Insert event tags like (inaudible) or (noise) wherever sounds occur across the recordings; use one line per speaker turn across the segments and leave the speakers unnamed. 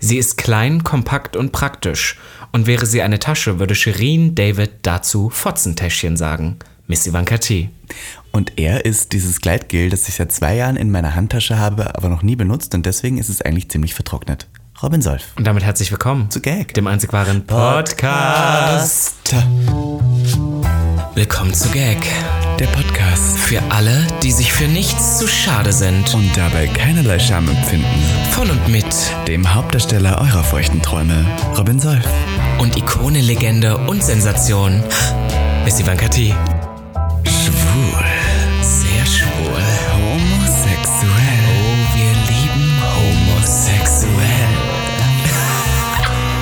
Sie ist klein, kompakt und praktisch. Und wäre sie eine Tasche, würde Shirin David dazu Fotzentäschchen sagen. Miss Ivanka T.
Und er ist dieses Gleitgel, das ich seit zwei Jahren in meiner Handtasche habe, aber noch nie benutzt und deswegen ist es eigentlich ziemlich vertrocknet. Robin Solf.
Und damit herzlich willkommen
Zu Gag.
dem einzig wahren Podcast. Willkommen zu Gag.
Der Podcast.
Für alle, die sich für nichts zu schade sind.
Und dabei keinerlei Scham empfinden.
Von und mit
Dem Hauptdarsteller eurer feuchten Träume, Robin Solf.
und Ikone, Legende und Sensation. Miss Ivanka T.
Schwul.
Sehr schwul.
Homosexuell.
Oh, wir lieben homosexuell.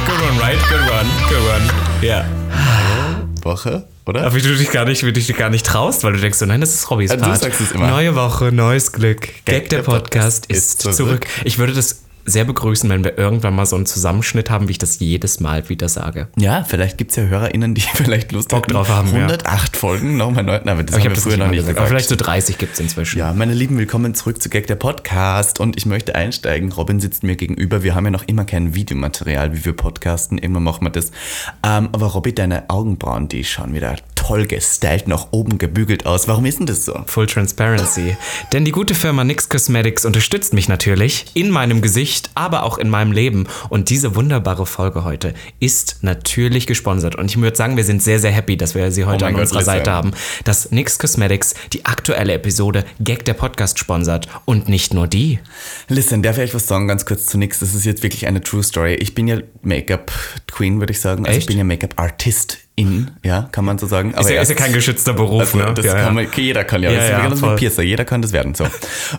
Good one, right? Good one. Good one. Ja. Ah, Woche, oder?
Aber wie du dich gar nicht, wie du dich gar nicht traust, weil du denkst, so, nein, das ist Robbys
Ja, du
Part.
sagst es immer.
Neue Woche, neues Glück. Gag, der,
der
Podcast
Podcast
ist
ist
zurück.
zurück.
Ich würde das sehr begrüßen, wenn wir irgendwann mal so einen Zusammenschnitt haben, wie ich das jedes Mal wieder sage.
Ja, vielleicht gibt es ja HörerInnen, die (laughs) vielleicht Lust
Bock
hätten,
drauf haben, ja.
108 Folgen nochmal neu. Na, aber das
Aber ich
haben
habe
wir
das
früher
nicht
noch
mal
nicht
gesagt.
gesagt.
Aber vielleicht so 30 gibt es inzwischen.
Ja, meine Lieben, willkommen zurück zu Gag der Podcast und ich möchte einsteigen. Robin sitzt mir gegenüber. Wir haben ja noch immer kein Videomaterial, wie wir podcasten. Immer machen wir das. Ähm, aber Robby, deine Augenbrauen, die schauen wieder toll gestylt, nach oben gebügelt aus. Warum ist denn das so?
Full Transparency. Denn die gute Firma Nix Cosmetics unterstützt mich natürlich in meinem Gesicht, aber auch in meinem Leben. Und diese wunderbare Folge heute ist natürlich gesponsert. Und ich würde sagen, wir sind sehr, sehr happy, dass wir sie heute
Oh
an
mein Gott,
unserer
Lisa.
Seite haben. Dass Nix Cosmetics die aktuelle Episode Gag der Podcast sponsert. Und nicht nur die.
Oh Listen, darf ich euch was sagen, ganz kurz zunächst. Das ist jetzt wirklich eine True Story. Ich bin ja Make-up-Queen, würde ich sagen. Also
Echt?
ich bin ja Make-up-Artistin, ja, kann man so sagen. Aber
Ist ja, ist
erst-
ja kein geschützter Beruf,
Also,
ne?
das
ja,
kann
ja.
man, jeder kann ja.
Ja,
das
ja,
ist ja,
voll.
mit Piercer, jeder kann das werden. So.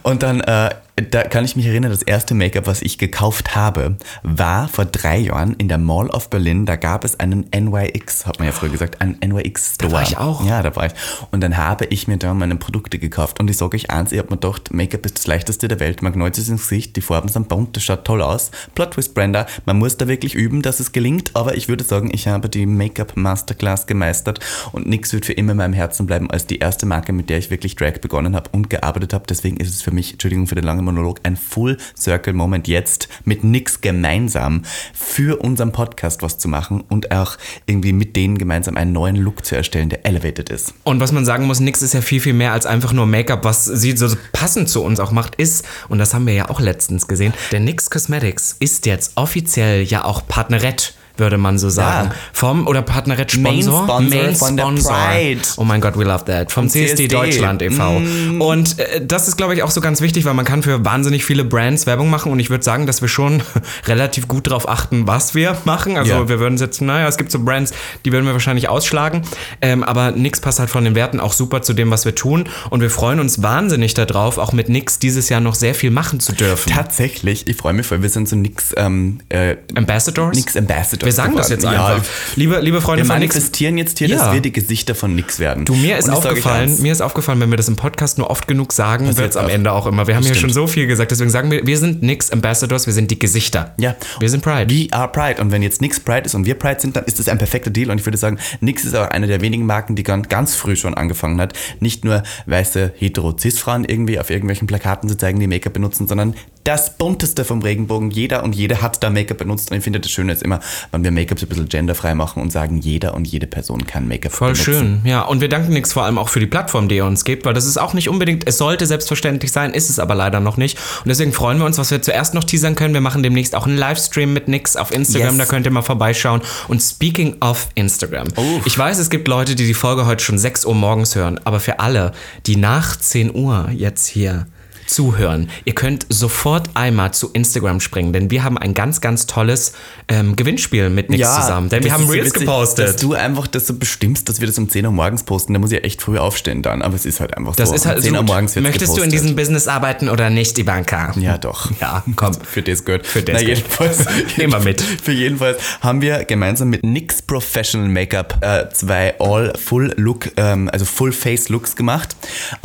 Und dann, äh, da kann ich mich erinnern, das erste Make-up, was ich gekauft habe, war vor drei Jahren in der Mall of Berlin. Da gab es einen NYX, hat man ja früher gesagt, einen NYX-Store. Da
war ich auch.
Ja, da war ich. Und dann habe ich mir da meine Produkte gekauft. Und ich sage euch eins, ich habe mir gedacht, Make-up ist das leichteste der Welt. Man knallt es ins Gesicht, die Farben sind bunt, das schaut toll aus. Plot Twist Brenda, man muss da wirklich üben, dass es gelingt. Aber ich würde sagen, ich habe die Make-up-Masterclass gemeistert. Und nichts wird für immer in meinem Herzen bleiben als die erste Marke, mit der ich wirklich Drag begonnen habe und gearbeitet habe. Deswegen ist es für mich, Entschuldigung für den langen Monolog, ein Full-Circle-Moment jetzt mit nix gemeinsam für unseren Podcast was zu machen und auch irgendwie mit denen gemeinsam einen neuen Look zu erstellen, der elevated ist.
Und was man sagen muss, Nix ist ja viel, viel mehr als einfach nur Make-up. Was sie so passend zu uns auch macht, ist, und das haben wir ja auch letztens gesehen, denn Nix Cosmetics ist jetzt offiziell ja auch Partnerett würde man so sagen.
Ja.
Vom oder Partnerett Sponsor,
Main Sponsor von der Pride.
Oh mein Gott, we love that. Vom CSD,
CSD.
Deutschland e.V.
Mm.
Und äh, das ist glaube ich auch so ganz wichtig, weil man kann für wahnsinnig viele Brands Werbung machen und ich würde sagen, dass wir schon (laughs) relativ gut darauf achten, was wir machen. Also
Ja.
wir wir würden jetzt, naja, es gibt so Brands, die würden wir wahrscheinlich ausschlagen. Ähm, aber Nix passt halt von den Werten auch super zu dem, was wir tun. Und wir freuen uns wahnsinnig darauf, auch mit Nix dieses Jahr noch sehr viel machen zu dürfen.
Tatsächlich, ich freue mich voll. Wir sind so nix, ähm, äh,
Ambassadors?
nix Ambassadors.
Wir sagen das jetzt
geworden.
einfach. Liebe, liebe Freunde
Wir
von Nix,
manifestieren jetzt hier,
Ja.
dass wir die Gesichter von nix werden.
Du, mir ist
Und ich sag euch
aufgefallen,
eins,
mir ist aufgefallen, wenn wir das im Podcast nur oft genug sagen,
Passiert
wird es am
auch.
Ende auch immer. Wir haben hier schon
stimmt.
so viel gesagt, deswegen sagen wir, wir sind nix Ambassadors, wir sind die Gesichter.
Ja.
Wir sind Pride.
We are Pride. Und wenn jetzt Nix Pride ist und wir Pride sind, dann ist das ein perfekter Deal. Und ich würde sagen, Nix ist auch eine der wenigen Marken, die ganz, ganz früh schon angefangen hat, nicht nur weiße Hetero-Cis-Frauen irgendwie auf irgendwelchen Plakaten zu zeigen, die Make-up benutzen, sondern das bunteste vom Regenbogen. Jeder und jede hat da Make-up benutzt. Und ich finde, das Schöne ist immer, wenn wir Make-up so ein bisschen genderfrei machen und sagen, jeder und jede Person kann Make-up
Voll
benutzen.
schön, ja. Und wir danken Nix vor allem auch für die Plattform, die ihr uns gibt, weil das ist auch nicht unbedingt, es sollte selbstverständlich sein, ist es aber leider noch nicht. Und deswegen freuen wir uns, was wir zuerst noch teasern können. Wir machen demnächst auch einen Livestream mit Nix auf Instagram,
Yes.
da könnt ihr mal vorbeischauen. Und speaking of Instagram, ich weiß, es gibt Leute, die die Folge heute schon 6 Uhr morgens hören, aber für alle, die nach 10 Uhr jetzt hier zuhören. Ihr könnt sofort einmal zu Instagram springen, denn wir haben ein ganz, ganz tolles ähm, Gewinnspiel mit Nix zusammen. Denn wir
das
haben
ist so
Reels
witzig,
gepostet.
Dass du einfach das so bestimmst, dass wir das um 10 Uhr morgens posten, da muss ich echt früh aufstehen dann. Aber es ist halt einfach
Das
so.
ist halt
um 10
so.
Uhr morgens wird's
Möchtest du in
gepostet.
diesem Business arbeiten oder nicht, Ivanka?
Ja, doch.
Ja, komm.
Für das gehört. Für
das gehört. (laughs)
jedenfalls.
Nehmen wir mit.
Für jedenfalls haben wir gemeinsam mit NYX Professional Make-up äh, zwei All Full Look, ähm, also Full Face Looks gemacht.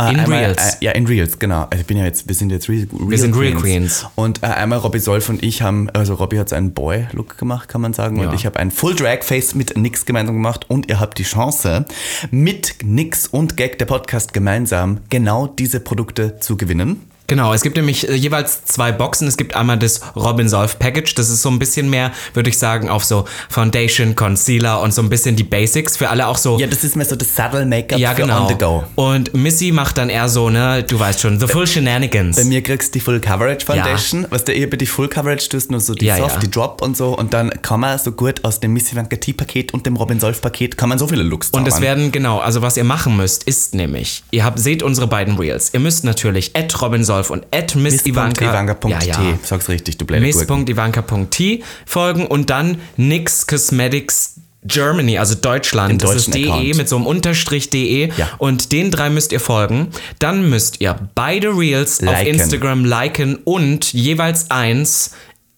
Äh,
In
einmal,
Reels.
Äh, ja, in Reels, genau. Also ich bin ja jetzt, wir sind jetzt Real, Real wir
sind Real Queens.
Und äh, einmal Robby Solf und ich haben, also Robby hat einen Boy Look gemacht, kann man sagen.
Ja.
Und ich habe einen Full Drag Face mit NYX gemeinsam gemacht. Und ihr habt die Chance, mit NYX und Gag der Podcast gemeinsam genau diese Produkte zu gewinnen.
Genau, es gibt nämlich äh, jeweils zwei Boxen. Es gibt einmal das Robin Solve Package. Das ist so ein bisschen mehr, würde ich sagen, auf so Foundation, Concealer und so ein bisschen die Basics für alle auch so.
Ja, das ist mehr so das Saddle-Make-up
Ja, genau.
für on the go.
Und Missy macht dann eher so, ne, du weißt schon, The Full Shenanigans.
Bei mir kriegst du die Full Coverage Foundation, was der eben die Full Coverage tust, nur so die
Ja,
Soft,
ja.
die Drop und so. Und dann kann man so gut aus dem Missy Vanka Tea Paket und dem Robin Solf Paket kann man so viele Looks
Und es
zaubern.
werden, genau, also was ihr machen müsst, ist nämlich, ihr habt, seht unsere beiden Reels. Ihr müsst natürlich at Robin Solf und at Miss Ivanka.
Ivanka.t.
Ja, ja.
Sag's richtig, du blöde Gurke.
Miss.ivanka.t folgen und dann Nix Cosmetics Germany, also Deutschland, das ist
deutschen
de
Account.
mit so einem Unterstrich de
Ja.
und den drei müsst ihr folgen. Dann müsst ihr beide Reels auf
Liken.
Instagram liken und jeweils eins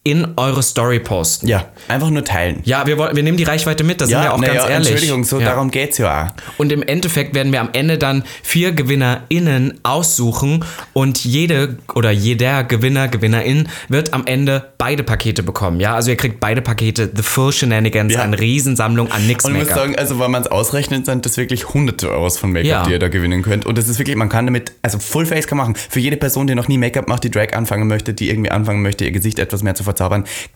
in eure Story posten.
Ja, einfach nur teilen.
Ja, wir, wollen, wir nehmen die Reichweite mit, da sind wir auch
na
ganz ehrlich.
Entschuldigung, so
ja.
darum geht's ja auch.
Und im Endeffekt werden wir am Ende dann vier GewinnerInnen aussuchen und jede oder jeder Gewinner, Gewinnerin wird am Ende beide Pakete bekommen. Ja, also ihr kriegt beide Pakete, The Full Shenanigans,
Ja.
eine Riesensammlung an nix
Und ich muss
Make-up.
sagen, also wenn man es ausrechnet, sind das wirklich hunderte Euros von Make-up,
Ja.
die ihr da gewinnen könnt. Und das ist wirklich, man kann damit, also Full Face kann man machen. Für jede Person, die noch nie Make-up macht, die Drag anfangen möchte, die irgendwie anfangen möchte, ihr Gesicht etwas mehr zu verzaubern,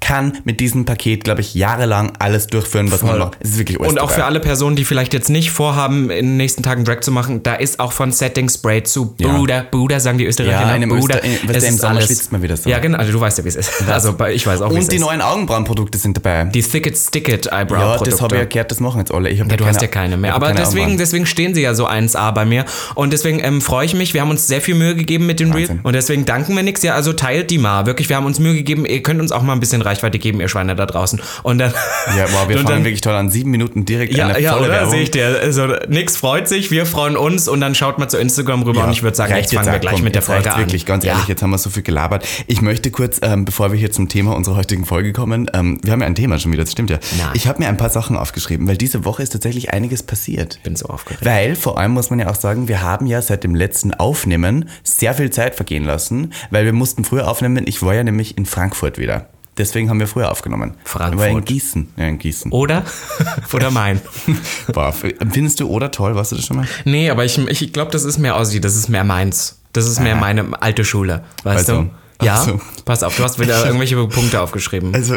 kann mit diesem Paket, glaube ich, jahrelang alles durchführen, was man macht. Es ist wirklich alles
Und auch
dabei.
für alle Personen, die vielleicht jetzt nicht vorhaben, in den nächsten Tagen Drag zu machen, da ist auch von Setting Spray zu
Ja.
Bruder, Bruder, sagen die Österreicher. ne?
Ja, in einem
Bruder.
Öster- in- weißt
Es
du, im
ist
Sommer
alles-
schwitzt man wieder so.
Ja, genau, also du weißt ja, wie es ist. Also bei- ich weiß auch, wie es
Und die
ist.
neuen Augenbrauenprodukte sind dabei.
Die Thicket Sticket Eyebrow
ja,
Produkte.
das habe ich ja gehört, das machen jetzt alle. Ich hab
Ja, du hast ja keine mehr.
ich hab
Aber
keine
deswegen,
Augenbrauen.
deswegen stehen sie ja so 1A bei mir. Und deswegen ähm, freue ich mich. Wir haben uns sehr viel Mühe gegeben mit den Reels.
Wahnsinn.
Und deswegen danken wir nix. Ja, also teilt die mal. Wirklich, wir haben uns Mühe gegeben. Ihr könnt uns auch mal ein bisschen Reichweite geben, ihr Schweine da draußen. Und dann.
Ja, wow, wir
und
fangen
dann,
wirklich toll an. Sieben Minuten direkt
(laughs) Ja,
eine
ja
volle
oder?
Werbung.
Sehe ich dir. Also, nix freut sich, wir freuen uns. Und dann schaut mal zu Instagram rüber. und ich würde sagen,
reicht
jetzt fangen
auch.
wir gleich
Komm,
mit der
jetzt
Folge
reicht's
an.
Wirklich, ganz
ja.
ehrlich, jetzt haben wir so viel gelabert. Ich möchte kurz, ähm, bevor wir hier zum Thema unserer heutigen Folge kommen, ähm, wir haben ja ein Thema schon wieder, das stimmt ja.
Nein.
Ich habe mir ein paar Sachen aufgeschrieben, weil diese Woche ist tatsächlich einiges passiert.
Ich bin so aufgeregt.
Weil, vor allem muss man ja auch sagen, wir haben ja seit dem letzten Aufnehmen sehr viel Zeit vergehen lassen, weil wir mussten früher aufnehmen. Ich war ja nämlich in Frankfurt wieder. Deswegen haben wir früher aufgenommen.
Frankfurt.
Weil in Gießen. Ja, in Gießen.
Oder? (laughs) oder mein.
(laughs) Boah, findest du oder toll? Warst du das schon mal?
Nee, aber ich, ich glaube, das ist mehr Aussie, das ist mehr meins. Das ist mehr
Ah.
meine alte Schule, weißt
Also,
du? Ja,
ach so.
pass auf, du hast
(laughs)
wieder irgendwelche Punkte aufgeschrieben.
Also,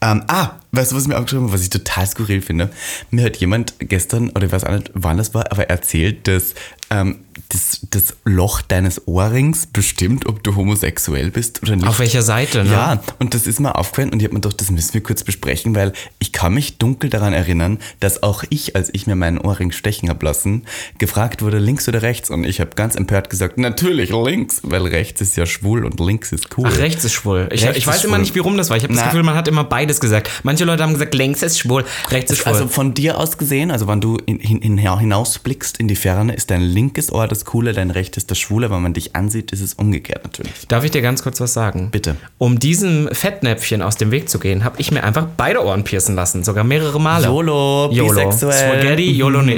ähm, ah, weißt du, was ich mir aufgeschrieben habe, was ich total skurril finde? Mir hat jemand gestern, oder ich weiß auch nicht, wann das war, aber erzählt, dass ähm, das, das Loch deines Ohrrings bestimmt, ob du homosexuell bist oder nicht.
Auf welcher Seite, ne?
Ja, und das ist mir aufgefallen und ich habe mir gedacht, das müssen wir kurz besprechen, weil ich kann mich dunkel daran erinnern, dass auch ich, als ich mir meinen Ohrring stechen habe lassen, gefragt wurde, links oder rechts. Und ich habe ganz empört gesagt, natürlich links, weil rechts ist ja schwul und links ist cool.
Ach, rechts ist schwul. Ich,
Rechts
ich weiß
ist
immer
schwul.
nicht, wie rum das war. Ich habe das
Na.
Gefühl, man hat immer beides gesagt. Manche Leute haben gesagt, links ist schwul, rechts ist schwul.
Also von dir aus gesehen, also wenn du in, hin, hin, hinausblickst in die Ferne, ist dein linkes Ohr das Coole, dein rechtes das Schwule. Wenn man dich ansieht, ist es umgekehrt natürlich.
Darf ich dir ganz kurz was sagen?
Bitte.
Um diesem Fettnäpfchen aus dem Weg zu gehen, habe ich mir einfach beide Ohren piercen lassen. Sogar mehrere Male.
YOLO, bisexuell. Mhm,
Spaghetti, Yolone.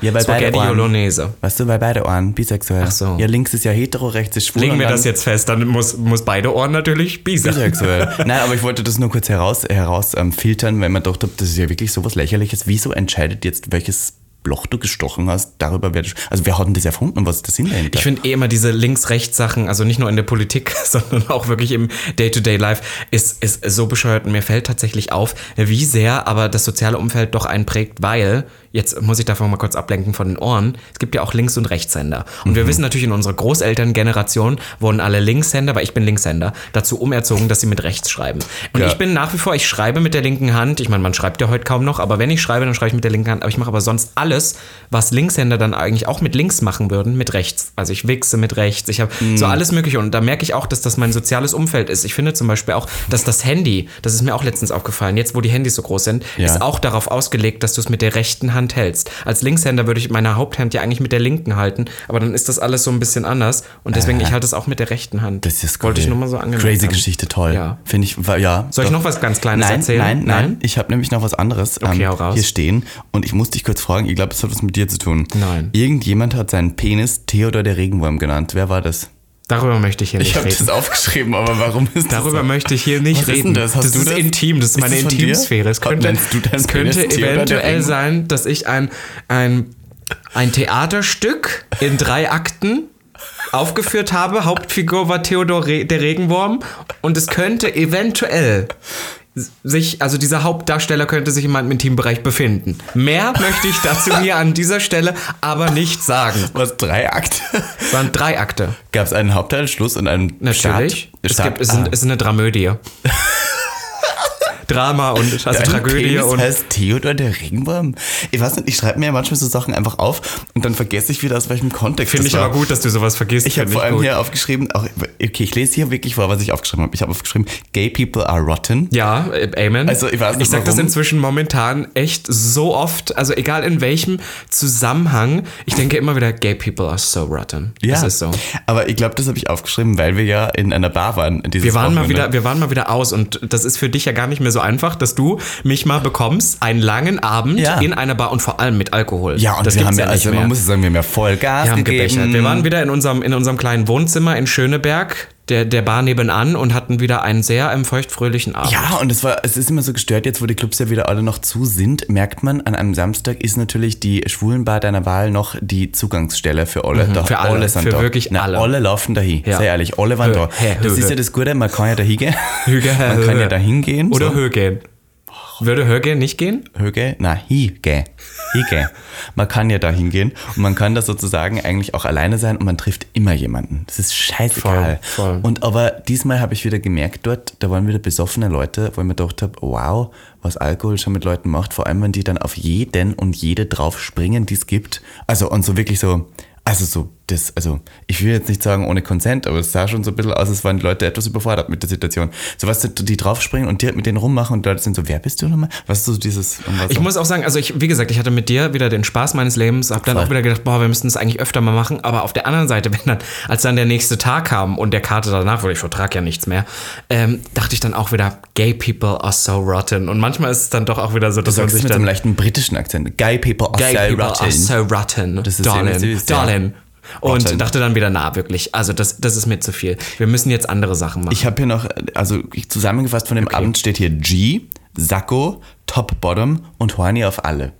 Ja, bei beide
Spaghetti,
Ohren.
Yolonese.
Weißt du, bei beide Ohren, bisexuell. Ach
so.
Ja, links ist ja hetero, rechts ist schwul.
Legen
und
wir
dann
das jetzt fest, dann muss, muss beide Ohren natürlich Bisa. (laughs)
Bisexuell. Nein, aber ich wollte das nur kurz heraus, heraus ähm, filtern, weil man dachte, das ist ja wirklich sowas lächerliches. Wieso entscheidet jetzt, welches Loch du gestochen hast, darüber wer du, Also wer hat denn das erfunden? Was ist der Sinn dahinter?
Ich finde eh immer diese Links-Rechts-Sachen, also nicht nur in der Politik, (laughs) sondern auch wirklich im Day-to-Day-Life, ist, ist so bescheuert. Und mir fällt tatsächlich auf, wie sehr aber das soziale Umfeld doch einen prägt, weil, jetzt muss ich davon mal kurz ablenken von den Ohren, es gibt ja auch Links- und Rechtshänder. Und wir wissen natürlich, in unserer Großelterngeneration wurden alle Linkshänder, weil ich bin Linkshänder, dazu umerzogen, dass sie mit rechts schreiben. Und
Ja.
ich bin nach wie vor, ich schreibe mit der linken Hand. Ich meine, man schreibt ja heute kaum noch, aber wenn ich schreibe, dann schreibe ich mit der linken Hand. Aber ich mache aber sonst alles, was Linkshänder dann eigentlich auch mit links machen würden, mit rechts. Also ich wichse mit rechts. Ich habe so
Hm.
alles Mögliche. Und da merke ich auch, dass das mein soziales Umfeld ist. Ich finde zum Beispiel auch, dass das Handy, das ist mir auch letztens aufgefallen, jetzt wo die Handys so groß sind,
Ja.
ist auch darauf ausgelegt, dass du es mit der rechten Hand hältst. Als Linkshänder würde ich meine Haupthand ja eigentlich mit der linken halten, aber dann ist das alles so ein bisschen anders. Und deswegen, ich halte es auch mit der rechten Hand.
Äh. Das ist
Wollte ich
cool.
nur mal so angemerkt
Crazy
haben.
Geschichte, toll.
Ja.
Finde ich, wa- ja.
Soll ich noch was ganz Kleines
nein,
erzählen?
Nein, nein, Ich habe nämlich noch was anderes ähm,
Okay, hau raus.
hier stehen und ich muss dich kurz fragen, ich glaube, das hat was mit dir zu tun.
Nein.
Irgendjemand hat seinen Penis Theodor der Regenwurm genannt. Wer war das?
Darüber möchte ich hier nicht
Ich habe
reden.
das aufgeschrieben, aber warum ist das?
Darüber möchte ich hier nicht
Was ist
reden.
denn das? Hast
das
du
ist
das?
intim, das ist,
Ist
meine
das von dir?
Intimsphäre. Es
Gott,
könnte,
nennst du deinen
es könnte
Penis Theodor der
eventuell
Ring?
sein, dass ich ein, ein, ein Theaterstück in drei Akten aufgeführt habe. Hauptfigur war Theodor Re der Regenwurm und es könnte eventuell sich, also dieser Hauptdarsteller könnte sich in meinem Intimbereich befinden. Mehr möchte ich
(laughs)
dazu hier an dieser Stelle aber nicht sagen.
Was, drei Akte? (laughs)
Es waren drei Akte.
Gab es einen Hauptteil, Schluss und einen
Natürlich.
Start?
Es,
Start?
gibt, es, sind,
Ah.
es ist eine Dramödie. (laughs) Drama und also
Dein
Tragödie
Penis
und
heißt Theodor der Regenwurm. Ich weiß nicht, ich schreibe mir ja manchmal so Sachen einfach auf und dann vergesse ich wieder, aus welchem Kontext
finde
das
ich
war.
aber gut, dass du sowas vergisst.
Ich habe
Finde
vor allem
gut.
hier aufgeschrieben, auch, okay, ich lese hier wirklich vor, was ich aufgeschrieben habe. Ich habe aufgeschrieben, gay people are rotten.
Ja, äh, Amen.
Also, ich weiß nicht,
sag das
warum.
inzwischen momentan echt so oft, also egal in welchem Zusammenhang, ich denke immer wieder, gay people are so rotten. Das ist so.
Aber ich glaube, das habe ich aufgeschrieben, weil wir ja in einer Bar waren. dieses
Wir waren, mal
Wochenende.
wieder, wir waren mal wieder aus und das ist für dich ja gar nicht mehr so einfach, dass du mich mal bekommst, einen langen Abend
Ja.
in einer Bar und vor allem mit Alkohol.
Ja, und
das
wir
gibt's
haben ja,
nicht
also
mehr.
man muss sagen, wir haben ja voll Gas
Wir haben
gegeben.
gebechert. Wir waren wieder in unserem, in unserem kleinen Wohnzimmer in Schöneberg, der, der Bar nebenan, und hatten wieder einen sehr ähm, feuchtfröhlichen Abend.
ja, und es war, es ist immer so gestört, jetzt wo die Clubs ja wieder alle noch zu sind, merkt man, an einem Samstag ist natürlich die Schwulenbar deiner Wahl noch die Zugangsstelle für alle. Da,
Mhm, für alle,
sind
für
da.
wirklich
Na,
alle.
Alle laufen dahin,
Ja.
sehr ehrlich, alle waren
Hö,
da.
hä,
das
hö,
ist
hö.
ja das Gute, man kann ja da hingehen.
(laughs) Hüge, hä,
man kann
hö.
ja da hingehen.
Oder
so.
Höhe gehen. Würde Höhe gehen nicht gehen?
Höge, na, Hige. Hige. Man kann ja da hingehen und man kann da sozusagen eigentlich auch alleine sein und man trifft immer jemanden. Das ist scheißegal.
Voll, voll.
Und aber diesmal habe ich wieder gemerkt dort, da waren wieder besoffene Leute, wo ich mir gedacht habe, wow, was Alkohol schon mit Leuten macht, vor allem wenn die dann auf jeden und jede drauf springen, die es gibt. Also und so wirklich so, also so das, also ich will jetzt nicht sagen ohne Konsent, aber es sah schon so ein bisschen aus, als waren die Leute etwas überfordert mit der Situation. So was, die draufspringen und direkt mit denen rummachen und die Leute sind so, wer bist du nochmal? Was ist so dieses... und was
Ich
so-
muss auch sagen, also ich, wie gesagt, ich hatte mit dir wieder den Spaß meines Lebens, hab dann auch wieder gedacht, boah, wir müssen das eigentlich öfter mal machen. Aber auf der anderen Seite, (laughs) wenn dann, als dann der nächste Tag kam und der Karte danach, weil ich vertrag ja nichts mehr, ähm, dachte ich dann auch wieder, gay people are so rotten. Und manchmal ist es dann doch auch wieder so, dass man
Sagst
sich
mit so einem
dann
leichten britischen Akzent. Gay people are
gay
so
people are
rotten.
so rotten.
Das ist
darling,
irgendwie süß, ja.
darling. Und
Rotten.
dachte dann wieder, na, wirklich, also das, das ist mir zu viel. Wir müssen jetzt andere Sachen machen.
ich habe hier noch, also ich- zusammengefasst von dem Abend steht hier G, Sacco, Top Bottom und Horny auf alle.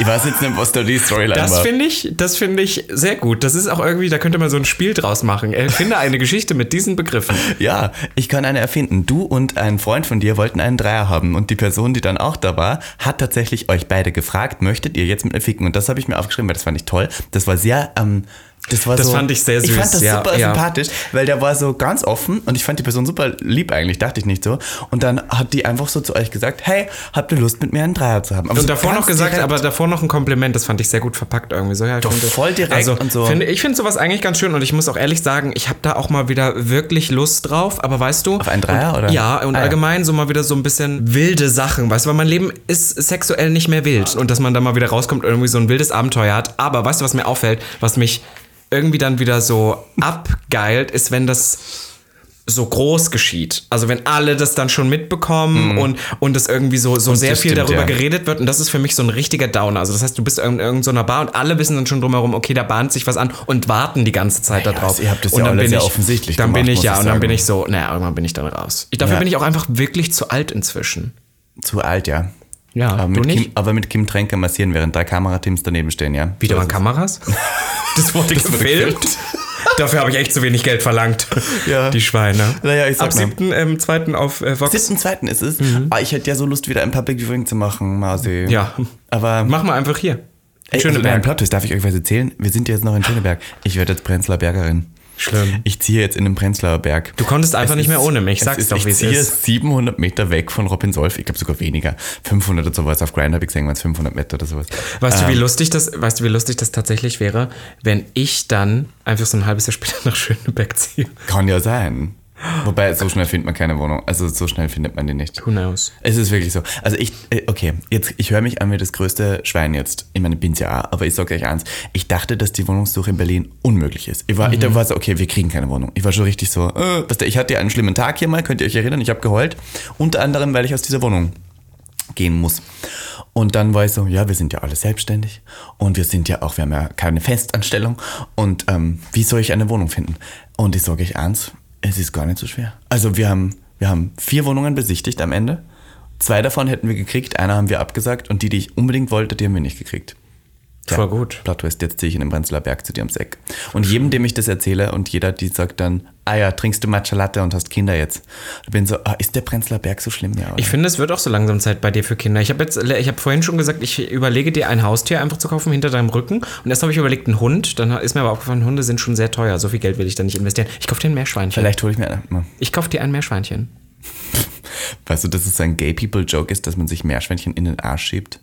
Ich weiß jetzt nicht, was da die Storyline
Das
war.
finde ich, das finde ich sehr gut. Das ist auch irgendwie, da könnte man so ein Spiel draus machen. Erfinde eine Geschichte mit diesen Begriffen.
Ja, ich kann eine erfinden. Du und ein Freund von dir wollten einen Dreier haben und die Person, die dann auch da war, hat tatsächlich euch beide gefragt, möchtet ihr jetzt mit mir ficken? Und das habe ich mir aufgeschrieben, weil das fand ich toll. Das war sehr, ähm, das war
Das
so.
fand ich sehr
Ich
süß,
fand das
ja,
super
ja.
sympathisch, weil der war so ganz offen und ich fand die Person super lieb eigentlich, dachte ich nicht so. Und dann hat die einfach so zu euch gesagt, hey, habt ihr Lust mit mir einen Dreier zu haben? Aber so
Und davor
Also
noch
ganz
gesagt,
direkt.
aber davor noch ein Kompliment, das fand ich sehr gut verpackt irgendwie. So, ja, ich
Doch,
finde-
voll direkt
also,
und so.
Finde, ich finde sowas eigentlich ganz schön und ich muss auch ehrlich sagen, ich habe da auch mal wieder wirklich Lust drauf, aber weißt du.
Auf einen Dreier,
und,
oder?
Ja, und
Ah, ja.
allgemein so mal wieder so ein bisschen wilde Sachen, weißt du, weil mein Leben ist sexuell nicht mehr wild und dass man da mal wieder rauskommt und irgendwie so ein wildes Abenteuer hat. Aber weißt du, was mir auffällt, was mich irgendwie dann wieder so abgeilt, ist, wenn das so groß geschieht. Also wenn alle das dann schon mitbekommen und, und es irgendwie so, so sehr
Hm. das
viel
stimmt,
darüber
ja.
geredet wird und das ist für mich so ein richtiger Downer. Also das heißt, du bist in irgendeiner Bar und alle wissen dann schon drumherum, okay, da bahnt sich was an und warten die ganze Zeit darauf.
also ihr habt das
und
ja
dann
alles
bin
sehr
ich-
offensichtlich
Dann
gemacht,
bin ich,
muss
ja,
ich
und dann
sagen.
bin ich so, naja, irgendwann bin ich dann raus. Ich, dafür
Ja.
bin ich auch einfach wirklich zu alt inzwischen.
Zu alt, ja.
Ja,
aber
du
mit,
nicht?
Kim, aber mit Kim Tränke massieren, während drei Kamerateams daneben stehen, ja.
Wieder waren
(laughs)
Kameras? Das wurde gefilmt? Dafür habe ich echt zu wenig Geld verlangt.
Ja.
Die Schweine.
Naja, ich sag
Ab
mal.
7.2. Ähm, zweiten auf äh, Vox.
Siebten, zweiten ist es. Ah, ich hätte ja so Lust, wieder ein Public Viewing zu machen, Masi.
Mhm. Ja.
Aber
Machen wir einfach hier.
Ey, Also, nein,
Schöneberg.
Plot Twist, darf ich euch was erzählen? Wir sind jetzt noch in Schöneberg. Ich werde jetzt Prenzlauer Bergerin.
Schlimm.
Ich ziehe jetzt in den Prenzlauer Berg.
Du konntest einfach nicht mehr ohne mich. Sag's doch, wie es
Ich ziehe
ist.
700 Meter weg von Robin Solf. Ich glaube sogar weniger. 500 oder sowas. Auf Grind habe ich gesehen, waren es 500 Meter oder sowas.
Weißt
ähm,
du, wie lustig das, weißt du, wie lustig das tatsächlich wäre, wenn ich dann einfach so ein halbes Jahr (laughs) später nach Schöneberg ziehe?
Kann ja sein. Wobei, so schnell findet man keine Wohnung. Also so schnell findet man die nicht.
Who knows?
Es ist wirklich so. Also ich, äh, okay, jetzt, ich höre mich an wie das größte Schwein jetzt. Ich meine, ich bin's ja auch, aber ich sage euch eins. Ich dachte, dass die Wohnungssuche in Berlin unmöglich ist. Ich war, ich, da war so, okay, wir kriegen keine Wohnung. Ich war schon richtig so, äh, was der, ich hatte ja einen schlimmen Tag hier mal, könnt ihr euch erinnern, ich habe geheult. Unter anderem, weil ich aus dieser Wohnung gehen muss. Und dann war ich so, ja, wir sind ja alle selbstständig und wir sind ja auch, wir haben ja keine Festanstellung und ähm, wie soll ich eine Wohnung finden? Und ich sage euch eins, es ist gar nicht so schwer. Also wir haben, wir haben vier Wohnungen besichtigt am Ende. Zwei davon hätten wir gekriegt, einer haben wir abgesagt und die, die ich unbedingt wollte, die haben wir nicht gekriegt. Tja,
Voll gut.
Plot Twist, jetzt ziehe ich in den Prenzlauer Berg zu dir ums Eck. Und jedem, dem ich das erzähle und jeder, die sagt dann, ah ja, trinkst du Matcha Latte und hast Kinder jetzt. Ich bin so, ah, ist der Prenzlauer Berg so schlimm? Ja, oder?
Ich finde, es wird auch so langsam Zeit bei dir für Kinder. Ich habe jetzt, ich habe vorhin schon gesagt, ich überlege dir ein Haustier einfach zu kaufen hinter deinem Rücken. Und erst habe ich überlegt, einen Hund. Dann ist mir aber aufgefallen, Hunde sind schon sehr teuer. So viel Geld will ich da nicht investieren. Ich kaufe dir ein Meerschweinchen.
Vielleicht hole ich mir eine.
Ich kaufe dir ein Meerschweinchen.
Weißt du, dass es ein Gay-People-Joke ist, dass man sich Meerschweinchen in den Arsch schiebt?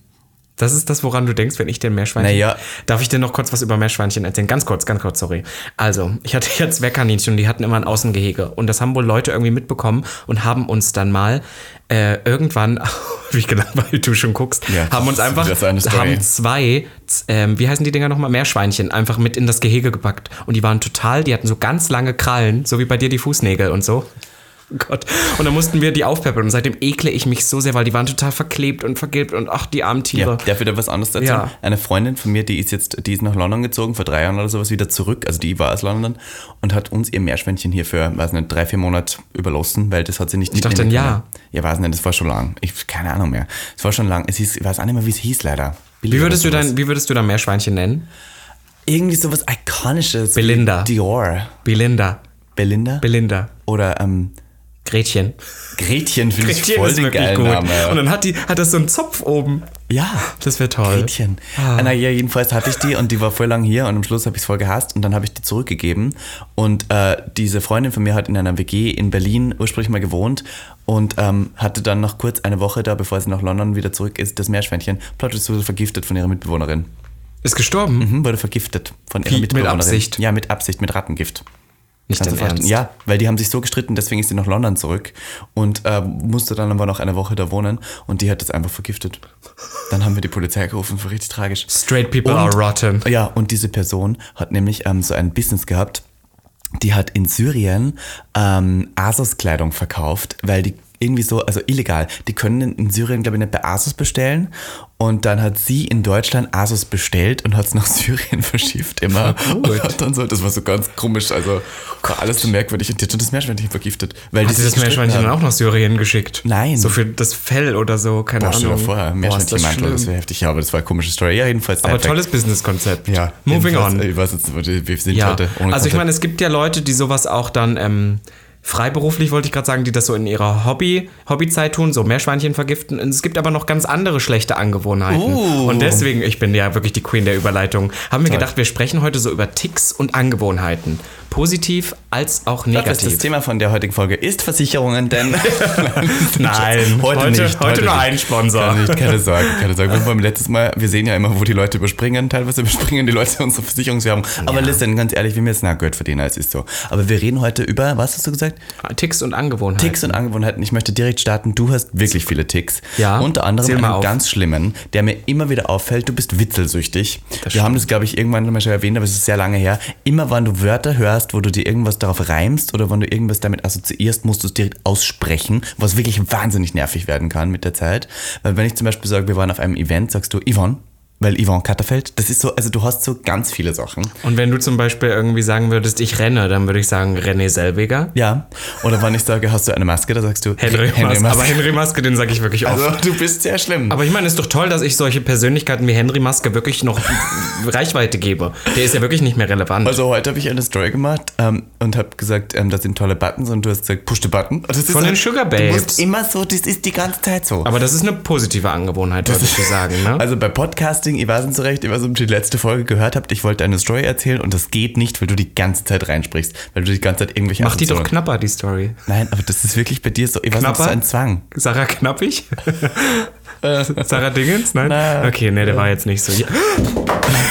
Das ist das, woran du denkst, wenn ich den Meerschweinchen.
Naja.
Darf ich dir noch kurz was über Meerschweinchen erzählen? Ganz kurz, ganz kurz, sorry. Also, ich hatte ja Zwergkaninchen und die hatten immer ein Außengehege. Und das haben wohl Leute irgendwie mitbekommen und haben uns dann mal äh, irgendwann, (laughs) wie gelangweilt du schon guckst,
Ja,
haben uns
das ist
einfach
wieder so eine Story.
haben zwei, z- ähm, wie heißen die Dinger nochmal? Meerschweinchen einfach mit in das Gehege gepackt. Und die waren total, die hatten so ganz lange Krallen, so wie bei dir die Fußnägel und so. Oh Gott. Und dann mussten wir die aufpäppeln. Und seitdem ekle ich mich so sehr, weil die waren total verklebt und vergilbt und ach, die armen Tiere.
Ja, darf ich da was anderes erzählen?
Ja.
Eine Freundin von mir, die ist jetzt, die ist nach London gezogen, vor drei Jahren oder sowas wieder zurück, also die war aus London und hat uns ihr Meerschweinchen hier für, weiß nicht, drei, vier Monate überlassen, weil das hat sie nicht Ich
dachte, ein Jahr.
Ja, weiß nicht, das war schon lang. Ich, keine Ahnung mehr. Es war schon lang. Es hieß, ich weiß auch nicht mehr, wie es hieß leider.
Wie würdest, du dein, wie würdest du dein Meerschweinchen nennen?
Irgendwie sowas Ikonisches. wie
Belinda.
Dior.
Belinda.
Belinda?
Belinda.
oder ähm,
Gretchen.
Gretchen finde ich voll den geilen
Und
Namen.
dann hat, die, hat das so einen Zopf oben.
Ja.
Das wäre toll.
Gretchen. Ah. Na ja, jedenfalls hatte ich die und die war voll lang hier und am Schluss habe ich es voll gehasst und dann habe ich die zurückgegeben. Und äh, diese Freundin von mir hat in einer WG in Berlin ursprünglich mal gewohnt und ähm, hatte dann noch kurz eine Woche da, bevor sie nach London wieder zurück ist, das Meerschweinchen. Plötzlich wurde vergiftet von ihrer Mitbewohnerin.
Ist gestorben.
Hm, wurde vergiftet von ihrer
Wie, mit
Mitbewohnerin.
Absicht?
Ja, mit Absicht, mit Rattengift.
Nicht dein
Kannst du vorstellen.
Ernst.
Ja, weil die haben sich so gestritten, deswegen ist sie nach London zurück und äh, musste dann aber noch eine Woche da wohnen und die hat das einfach vergiftet. Dann haben wir die Polizei gerufen, war richtig tragisch.
Straight people
Und-
are rotten.
Ja, und diese Person hat nämlich ähm, so ein Business gehabt, die hat in Syrien ähm, Asos-Kleidung verkauft, weil die irgendwie so, also illegal, die können in- in Syrien, glaube ich, nicht bei Asos bestellen. Und dann hat sie in Deutschland Asos bestellt und hat es nach (laughs) Syrien verschifft immer. Und hat dann so, das war so ganz komisch, also war alles so merkwürdig. Und die hat schon das Meerschweinchen vergiftet. Weil
Hat sie
sich
das
gestritten
Meerschweinchen
haben.
dann auch nach Syrien geschickt?
Nein.
So für das Fell oder so, keine
Boah, stell dir
Ahnung.
vor,
Boah, ist das
Meerschweinchen-Mantel, oh, das,
schlimm.
wäre heftig. Ja, aber das war eine komische Story. Ja, jedenfalls.
Aber
Side Fact.
tolles Businesskonzept.
Ja.
Moving
jedenfalls, äh,
on.
Ich weiß jetzt, wir sind
Ja,
heute ohne
also ich
Konzept.
meine, es gibt ja Leute, die sowas auch dann ähm, freiberuflich, wollte ich gerade sagen, die das so in ihrer Hobby, Hobbyzeit tun, so Meerschweinchen vergiften. Und es gibt aber noch ganz andere schlechte Angewohnheiten.
Oh.
Und deswegen, ich bin ja wirklich die Queen der Überleitung, haben wir gedacht, wir sprechen heute so über Ticks und Angewohnheiten. Positiv als auch
Das, ist das
negativ.
Thema von der heutigen Folge ist Versicherungen, (laughs) denn
Nein,
heute,
heute-
nicht.
heute nur
nicht.
ein Sponsor.
Keine, nicht, keine Sorge, keine Sorge. Wir haben beim letzten Mal, wir sehen ja immer, wo die Leute überspringen. Teilweise (laughs) überspringen die Leute unsere Versicherungswerbung. Aber listen, ganz ehrlich, wir müssen auch Geld verdienen, es ist so. Aber wir reden heute über, was hast du gesagt?
Ah, Ticks und Angewohnheiten.
Ticks und Angewohnheiten. Ich möchte direkt starten. Du hast wirklich viele Ticks.
Ja,
Unter
zähl
anderem
mal
einen
auf.
ganz schlimmen, der mir immer wieder auffällt. Du bist witzelsüchtig. Wir haben das, glaube ich, irgendwann mal schon erwähnt, aber es ist sehr lange her. Immer wenn du Wörter hörst, wo du dir irgendwas darauf reimst oder wenn du irgendwas damit assoziierst, musst du es direkt aussprechen, was wirklich wahnsinnig nervig werden kann mit der Zeit. Weil wenn ich zum Beispiel sage, wir waren auf einem Event, sagst du Yvonne. Weil Yvonne Katterfeld, das ist so, also du hast so ganz viele Sachen.
Und wenn du zum Beispiel irgendwie sagen würdest, ich renne, dann würde ich sagen René Selweger.
Ja. Oder wenn ich sage, hast du eine Maske, da sagst du
Henry, Maske. Aber Henry Maske, den sage ich wirklich oft.
Also du bist sehr schlimm.
Aber ich meine, es ist doch toll, dass ich solche Persönlichkeiten wie Henry Maske wirklich
(laughs)
noch Reichweite gebe. Der ist ja wirklich nicht mehr relevant.
Also heute habe ich eine Story gemacht ähm, und habe gesagt, ähm, das sind tolle Buttons und du hast gesagt, push the button. Und das ist
Von den Sugar Babes.
Du musst immer so, das ist die ganze Zeit so.
Aber das ist eine positive Angewohnheit, würde ich sagen. Ne?
Also bei Podcasting, ich weiß nicht so recht, ich weiß nicht, ob ihr die letzte Folge gehört habt, ich wollte eine Story erzählen und das geht nicht, weil du die ganze Zeit reinsprichst, weil du die ganze Zeit irgendwelche
Mach die doch
Assoziationen-
knapper, die Story.
Nein, aber das ist wirklich bei dir so, ich weiß nicht, das ist
Knapper?
ein Zwang. (laughs)
Sarah Knappig? Sarah Dingens? Nein?
Äh. Na,
okay, nee, der war jetzt nicht so. Ja.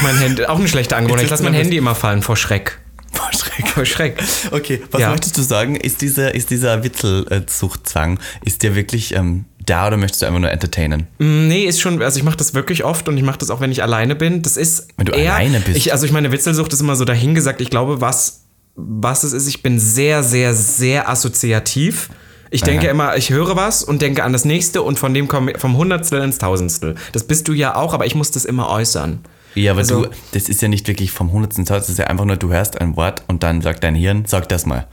mein Handy, auch eine schlechte Angewohnheit. Ich
Jetzt
lasse
ist
mein
mir
Handy immer fallen vor Schreck.
Voll schräg.
Vor Schreck.
Okay, was
Ja.
möchtest du sagen? Ist dieser, ist dieser Witzelsuchtzwang, ist der wirklich ähm, da oder möchtest du einfach nur entertainen?
Mm, Nee, ist schon, also ich mache das wirklich oft und ich mache das auch, wenn ich alleine bin. Das ist.
Wenn du alleine bist.
Ich, also ich meine, Witzelsucht ist immer so dahingesagt. Ich glaube, was, was es ist, ich bin sehr, sehr, sehr assoziativ. Ich denke immer, ich höre was und denke an das nächste und von dem komme vom Hundertstel ins Tausendstel. Das bist du ja auch, aber ich muss das immer äußern.
Ja, aber
Also-
du, das ist ja nicht wirklich vom hundertsten Satz, das ist ja einfach nur, du hörst ein Wort und dann sagt dein Hirn, sag das mal.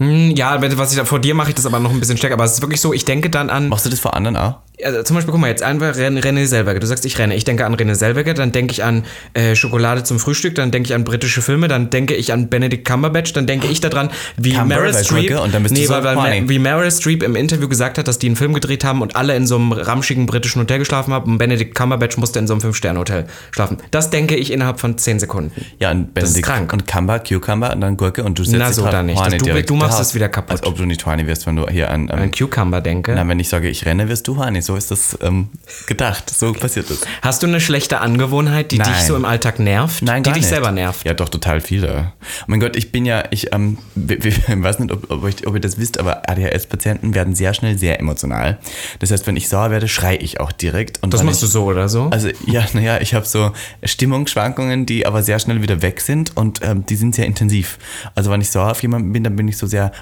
Hm, Ja, wenn- was ich da, vor dir mache ich das aber noch ein bisschen stärker, aber es ist wirklich so, ich denke dann an.
Machst du das vor anderen auch?
also zum Beispiel, guck mal jetzt einfach Ren- René Selberger. Du sagst, ich renne. Ich denke an René Selberger, dann denke ich an äh, Schokolade zum Frühstück, dann denke ich an britische Filme, dann denke ich an Benedict Cumberbatch, dann denke ich daran, wie Meryl
Cumberbatch,
Streep,
okay, und dann bist du
nee,
so
weil, weil,
horny.
wie Meryl Streep im Interview gesagt hat, dass die einen Film gedreht haben und alle in so einem ramschigen britischen Hotel geschlafen haben und Benedict Cumberbatch musste in so einem Fünf-Sterne-Hotel schlafen. Das denke ich innerhalb von 10 Sekunden.
Ja, und
ist
Benedikt
krank.
und Kamba, Cucumber und dann Gurke und du setzt
Na,
dich
so
drauf.
dann nicht. Das-
Horny
du-
direkt
du machst
drauf.
es wieder kaputt.
Als ob du nicht Horny wirst, wenn du hier an... an
Ein Cucumber denke.
na, wenn ich sage, ich renne, wirst du Horny. So ist das ähm, gedacht. So passiert das.
Hast du eine schlechte Angewohnheit, die dich
Nein.
so im Alltag nervt?
Nein,
die
gar
dich
nicht.
selber nervt.
Ja, doch, total viele. Mein Gott, ich bin ja, ich ähm, w- (laughs) w- weiß nicht, ob, ob, euch, ob ihr das wisst, aber ADHS-Patienten werden sehr schnell sehr emotional. Das heißt, wenn ich sauer werde, schrei ich auch direkt. Und
Das
wenn
machst
ich,
du so oder so?
Also ja, naja, ich habe so Stimmungsschwankungen, die aber sehr schnell wieder weg sind und ähm, die sind sehr intensiv. Also wenn ich sauer auf jemanden bin, dann bin ich so sehr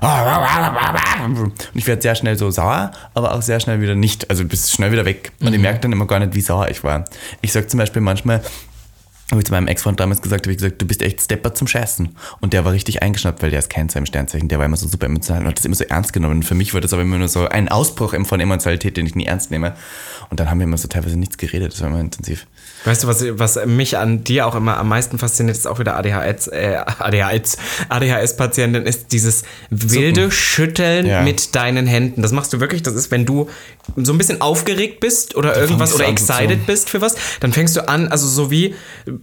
und ich werde sehr schnell so sauer, aber auch sehr schnell wieder nicht. Also du bist schnell wieder weg und ich merke dann immer gar nicht, wie sauer ich war. Ich sag zum Beispiel manchmal, habe ich zu meinem Ex-Freund damals gesagt, habe ich gesagt, du bist echt Stepper zum Scheißen. Und der war richtig eingeschnappt, weil der ist Cancer im Sternzeichen. Der war immer so super emotional und hat das immer so ernst genommen. Und für mich war das aber immer nur so ein Ausbruch von Emotionalität, den ich nie ernst nehme. Und dann haben wir immer so teilweise nichts geredet. Das war immer intensiv.
Weißt du, was, was mich an dir auch immer am meisten fasziniert, ist auch wieder ADHS, äh, ADHS, ADHS-Patientin, ist dieses wilde Schütteln
Ja.
mit deinen Händen. Das machst du wirklich, das ist, wenn du so ein bisschen aufgeregt bist oder irgendwas
fängst du
oder
an, so zu-
excited bist für was, dann fängst du an, also so wie,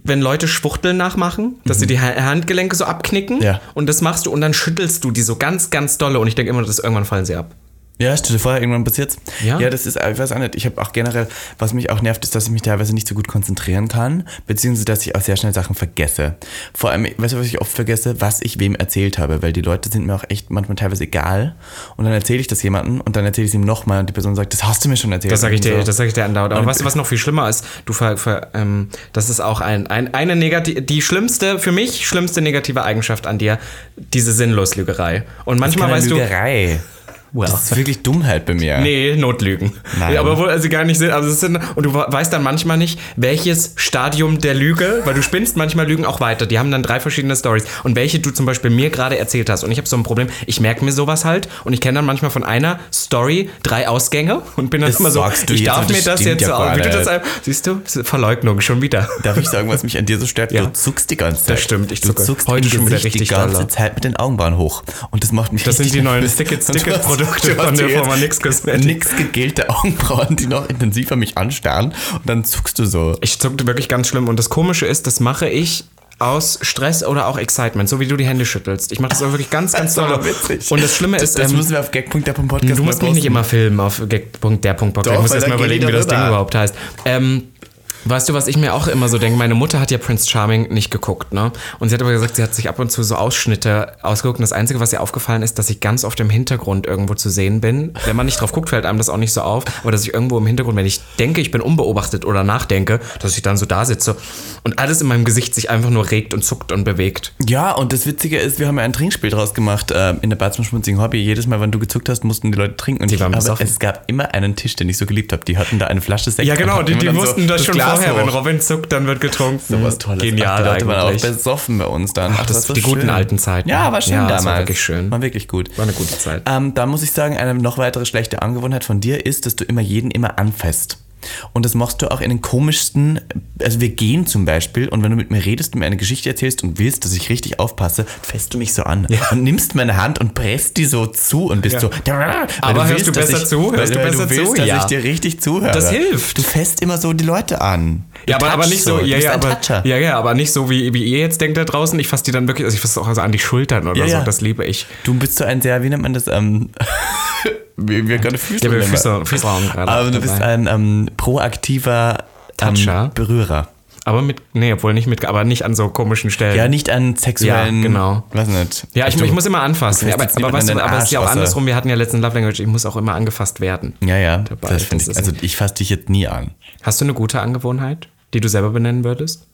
wenn Leute Schwuchteln nachmachen, dass sie die Ha- Handgelenke so abknicken
Mhm. Ja.
und das machst du und dann schüttelst du die so ganz, ganz dolle und ich denke immer, dass irgendwann fallen sie ab.
Ja, stell dir vor, irgendwann passiert's.
Ja.
ja, das ist, ich weiß auch nicht. Ich habe auch generell, was mich auch nervt, ist, dass ich mich teilweise nicht so gut konzentrieren kann, beziehungsweise dass ich auch sehr schnell Sachen vergesse. Vor allem, weißt du, was ich oft vergesse? Was ich wem erzählt habe, weil die Leute sind mir auch echt manchmal teilweise egal. Und dann erzähle ich das jemandem und dann erzähle ich es ihm nochmal und die Person sagt, das hast du mir schon erzählt.
Das sage ich dir,
Und so.
das sag ich dir andauernd. Aber weißt du, was noch viel schlimmer ist? Du ver, ver, ähm, das ist auch ein, ein, eine negative, die schlimmste, für mich schlimmste negative Eigenschaft an dir, diese Sinnloslügerei. Und manchmal
Keine
weißt du,
Lügerei.
well,
Das ist wirklich Dummheit bei mir.
nee, Notlügen.
Nein.
Ja, aber obwohl sie gar nicht sind, also es sind, und du weißt dann manchmal nicht, welches Stadium der Lüge, weil du spinnst manchmal Lügen auch weiter. Die haben dann drei verschiedene Stories und welche du zum Beispiel mir gerade erzählt hast. Und ich habe so ein Problem, ich merke mir sowas halt und ich kenne dann manchmal von einer Story drei Ausgänge und bin dann
Das
immer so,
sagst du
ich
jetzt
darf
und das
mir das
stimmt
jetzt
ja
so
gar
wie du
nicht.
das ein- Siehst du, Verleugnung schon wieder.
Darf ich sagen, was mich an dir so stört? Du
Ja.
zuckst die ganze Zeit.
stimmt, ich
du
zucke.
zuckst
Heute
im
schon wieder
Gesicht die
richtig
ganze
doller.
Zeit mit den Augenbrauen hoch. Und das macht mich
Das sind
richtig
die neuen
nervös.
Sticket-
Und du hast-
Sticket-Produkte
du hast
von der
jetzt
Firma Nix Cosmetics.
Nix gegelte Augenbrauen, die noch intensiver mich anstarren. Und dann zuckst du so.
Ich zuckte wirklich ganz schlimm und das Komische ist, das mache ich aus Stress oder auch Excitement, so wie du die Hände schüttelst. Ich mache das auch wirklich ganz, ganz doll.
aber witzig.
Und das Schlimme
Das,
ist,
das
ähm,
müssen wir auf gag.der.podcast
Du musst mich nicht immer filmen auf gag.der.podcast.
Doch,
Ich muss
weil
erst
dann
mal
geht
überlegen,
die
wie das Ding
darüber.
überhaupt heißt. Ähm, weißt du, was ich mir auch immer so denke? Meine Mutter hat ja Prince Charming nicht geguckt, ne? Und sie hat aber gesagt, sie hat sich ab und zu so Ausschnitte ausgeguckt. Und das Einzige, was ihr aufgefallen ist, dass ich ganz oft im Hintergrund irgendwo zu sehen bin. Wenn man nicht drauf guckt, fällt einem das auch nicht so auf. Aber dass ich irgendwo im Hintergrund, wenn ich denke, ich bin unbeobachtet oder nachdenke, dass ich dann so da sitze und alles in meinem Gesicht sich einfach nur regt und zuckt und bewegt.
Ja, und das Witzige ist, wir haben ja ein Trinkspiel draus gemacht äh, in der Bad zum Schmutzigen Hobby. Jedes Mal, wenn du gezuckt hast, mussten die Leute trinken. Und
Die waren
ich, aber
besoffen.
es gab immer einen Tisch, den ich so geliebt habe. Die hatten da eine Flasche Sekt.
Ja, genau,
und
die,
hatten
die
immer dann so
wussten das schon
Glas
vorher.
hoch.
Wenn Robin zuckt, dann wird getrunken. So
was Tolles. Ach,
Mhm. Genial
die Leute waren auch
eigentlich.
besoffen bei uns dann. Ach,
das-
war
die guten
schön.
alten Zeiten.
Ja, war schön
Ja,
damals.
das war wirklich schön.
War wirklich gut.
War eine gute Zeit.
Ähm, da muss ich sagen, eine noch weitere schlechte Angewohnheit von dir ist, dass du immer jeden immer anfasst. Und das machst du auch in den komischsten, also wir gehen zum Beispiel und wenn du mit mir redest und mir eine Geschichte erzählst und willst, dass ich richtig aufpasse, fässt du mich so an und nimmst meine Hand und presst die so zu und bist so. Aber
hörst du besser zu?
Hörst du besser zu? Dass
Ja.
ich dir richtig zuhöre.
Das hilft.
Du fässt immer so die Leute an. Du
Ja, aber, aber
touchst
nicht so,
Du
ja,
bist
ja,
ein
aber,
Toucher.
ja, ja, aber nicht so, wie, wie ihr jetzt denkt da draußen. Ich fasse die dann wirklich, also ich fasse auch also an die Schultern oder
Ja,
so.
ja.
Das liebe ich.
Du bist so ein sehr, wie nennt man das?
(laughs)
Ähm, wir, wir können Füße
Ja, wir
nehmen.
Füße, Füße haben gerade.
Aber du
dabei.
bist ein ähm, proaktiver Ähm,
Toucher.
Berührer.
aber mit, nee, obwohl nicht mit, aber nicht an so komischen Stellen.
Ja, nicht an sexuellen. Also,
Ja, genau.
Weiß nicht.
Ja, ich,
Du-
ich muss immer anfassen.
Du
Ja, aber
fällst
aber,
niemanden
weißt
in
du,
den
aber es ist ja auch
Arsch, außer-
andersrum. Wir hatten ja letztens Love Language. Ich muss auch immer angefasst werden.
Ja, ja.
Dabei,
das finde
das
ich.
ist
Also ich fasse dich jetzt nie an.
Hast du eine gute Angewohnheit, die du selber benennen würdest?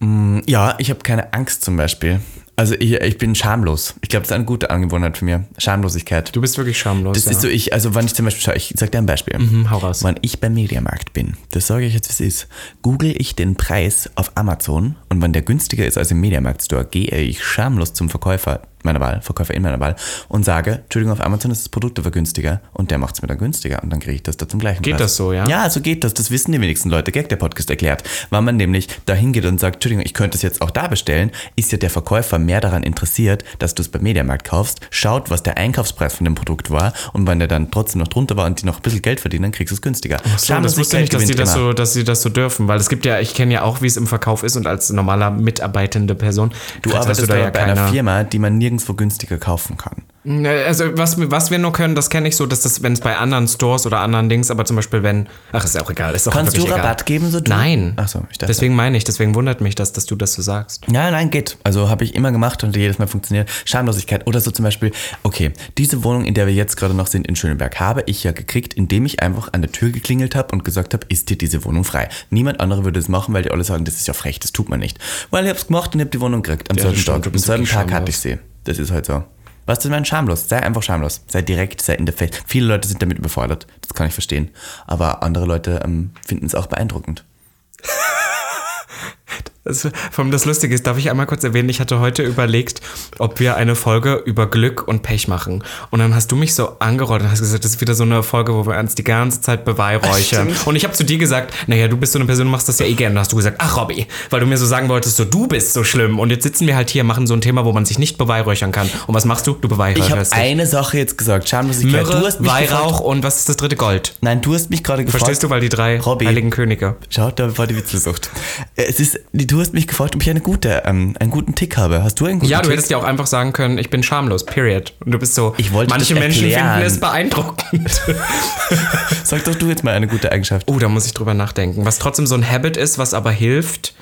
Ja, ich habe keine Angst zum Beispiel. Also ich, ich bin schamlos. Ich glaube, das ist eine gute Angewohnheit von mir. Schamlosigkeit.
Du bist wirklich schamlos.
Das ist so ich, also wenn ich zum Beispiel, schau, ich sag dir ein Beispiel.
Mhm, hau raus.
Wenn ich beim Mediamarkt bin, das sage ich jetzt, was ist, google ich den Preis auf Amazon und wenn der günstiger ist als im Mediamarkt-Store, gehe ich schamlos zum Verkäufer meiner Wahl, Verkäuferin meiner Wahl und sage, Entschuldigung, auf Amazon ist das Produkt aber günstiger und der macht es mir dann günstiger und dann kriege ich das da zum gleichen
Geht
Preis.
das so, ja?
Ja, also geht das. Das wissen die wenigsten Leute. Gag, der Podcast erklärt. Wenn man nämlich dahin geht und sagt, Entschuldigung, ich könnte es jetzt auch da bestellen, ist ja der Verkäufer mehr daran interessiert, dass du es beim Mediamarkt kaufst, schaut, was der Einkaufspreis von dem Produkt war und wenn der dann trotzdem noch drunter war und die noch ein bisschen Geld verdienen, dann kriegst du es günstiger.
So, das wusste ich nicht, dass die das, so, dass die das so dürfen, weil es gibt ja, ich kenne ja auch, wie es im Verkauf ist und als normaler mitarbeitende Person.
Du
kriegst- hast
arbeitest da ja bei einer
keine-
Firma, die man nirgendwo günstiger kaufen kann.
Na, Also was, was wir nur können, das kenne ich so, dass das, wenn es bei anderen Stores oder anderen Dings, aber zum Beispiel wenn, ach ist ja auch egal, ist auch
Kannst du
wirklich egal.
Rabatt geben, so du?
Nein.
Ach so, ich dachte.
Deswegen meine ich, deswegen wundert mich das, dass du das so sagst.
Ja, nein, geht. Also habe ich immer gemacht und jedes Mal funktioniert. Schamlosigkeit oder so zum Beispiel, okay, diese Wohnung, in der wir jetzt gerade noch sind in Schöneberg, habe ich ja gekriegt, indem ich einfach an der Tür geklingelt habe und gesagt habe, ist dir diese Wohnung frei? Niemand anderer würde das machen, weil die alle sagen, das ist ja frech, das tut man nicht. Weil ich hab's gemacht und hab die Wohnung gekriegt. Am
Ja,
selben
das stimmt,
Tag,
du
am
bist
selben
wirklich
Tag hatte
schamlos.
ich sie. Das ist halt so. Was denn mein schamlos? Sei einfach schamlos. Sei direkt, sei in der Face. Viele Leute sind damit überfordert. Das kann ich verstehen. Aber andere Leute ähm, finden es auch beeindruckend.
Das, vom das Lustige ist, darf ich einmal kurz erwähnen, ich hatte heute überlegt, ob wir eine Folge über Glück und Pech machen. Und dann hast du mich so angerollt und hast gesagt, das ist wieder so eine Folge, wo wir uns die ganze Zeit beweihräuchern.
Stimmt.
Und ich habe zu dir gesagt, naja, du bist so eine Person, du machst das ja eh gerne. Und dann hast du gesagt, ach Robby, weil du mir so sagen wolltest, so du bist so schlimm. Und jetzt sitzen wir halt hier, machen so ein Thema, wo man sich nicht beweihräuchern kann. Und was machst du? Du
Ich habe
beweihräucherst dich.
eine Sache jetzt gesagt. Schamlosigkeit.
Myrrhe,
gefragt,
Weihrauch und was ist das dritte Gold?
Nein, du hast mich gerade gefragt.
Verstehst du, weil die drei
Robby.
heiligen Könige.
Schau, da war die Witzelsucht. Äh, Es ist, du hast mich gefragt, ob ich eine gute, ähm, einen guten Tick habe. Hast du einen guten
Ja,
Tick?
du hättest ja auch einfach sagen können, ich bin schamlos, period. Und du bist so,
Ich wollte
manche
das
Menschen
erklären.
finden es
(laughs)
beeindruckend.
Sag doch du jetzt mal eine gute Eigenschaft.
oh, da muss ich drüber nachdenken. Was trotzdem so ein Habit ist, was aber hilft.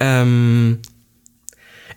Ähm,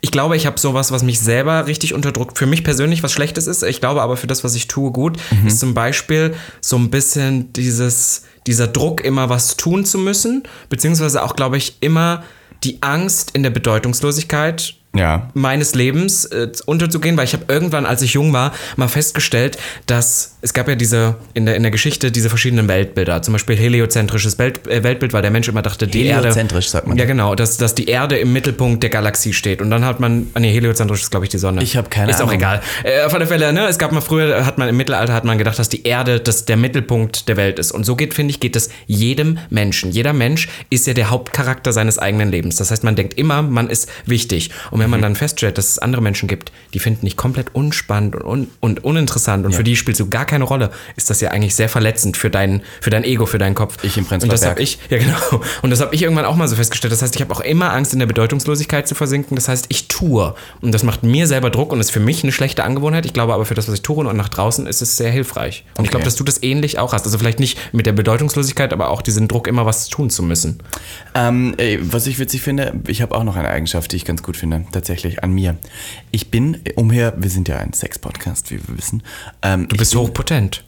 ich glaube, ich habe sowas, was mich selber richtig unterdrückt. Für mich persönlich was Schlechtes ist. Ich glaube aber für das, was ich tue, gut.
Mhm.
Ist zum Beispiel so ein bisschen dieses, dieser Druck, immer was tun zu müssen. Beziehungsweise auch, glaube ich, immer die Angst in der Bedeutungslosigkeit
Ja.
meines Lebens äh, unterzugehen, weil ich habe irgendwann, als ich jung war, mal festgestellt, dass es gab ja diese in der in der Geschichte diese verschiedenen Weltbilder. Zum Beispiel heliozentrisches Welt, äh, Weltbild, weil der Mensch immer dachte, die Erde
Heliozentrisch sagt man.
Ja genau, dass, dass die Erde im Mittelpunkt der Galaxie steht und dann hat man ah, nee, heliozentrisch ist glaube ich die Sonne.
Ich hab keine
ist
Ahnung.
Ist auch egal. Äh, auf alle Fälle, ne, es gab mal früher hat man im Mittelalter hat man gedacht, dass die Erde das der Mittelpunkt der Welt ist und so geht finde ich geht es jedem Menschen. Jeder Mensch ist ja der Hauptcharakter seines eigenen Lebens. Das heißt, man denkt immer, man ist wichtig und
Mhm.
wenn man dann feststellt, dass es andere Menschen gibt, die finden dich komplett unspannend und, un und uninteressant und für die spielst du gar keine Rolle, ist das ja eigentlich sehr verletzend für dein für dein Ego, für deinen Kopf.
Ich im Prenzlauer
Und das
Berg.
habe ich, ja genau. Und das habe ich irgendwann auch mal so festgestellt. Das heißt, ich habe auch immer Angst, in der Bedeutungslosigkeit zu versinken. Das heißt, ich tue. Und das macht mir selber Druck und ist für mich eine schlechte Angewohnheit. Ich glaube aber für das, was ich tue und nach draußen, ist es sehr hilfreich. Und ich glaube, dass du das ähnlich auch hast. Also vielleicht nicht mit der Bedeutungslosigkeit, aber auch diesen Druck, immer was tun zu müssen.
Ähm, ey, was ich witzig finde, ich habe auch noch eine Eigenschaft, die ich ganz gut finde, tatsächlich an mir. Ich bin umher, wir sind ja ein Sex-Podcast, wie wir wissen. Ähm,
Du bist hochpotent.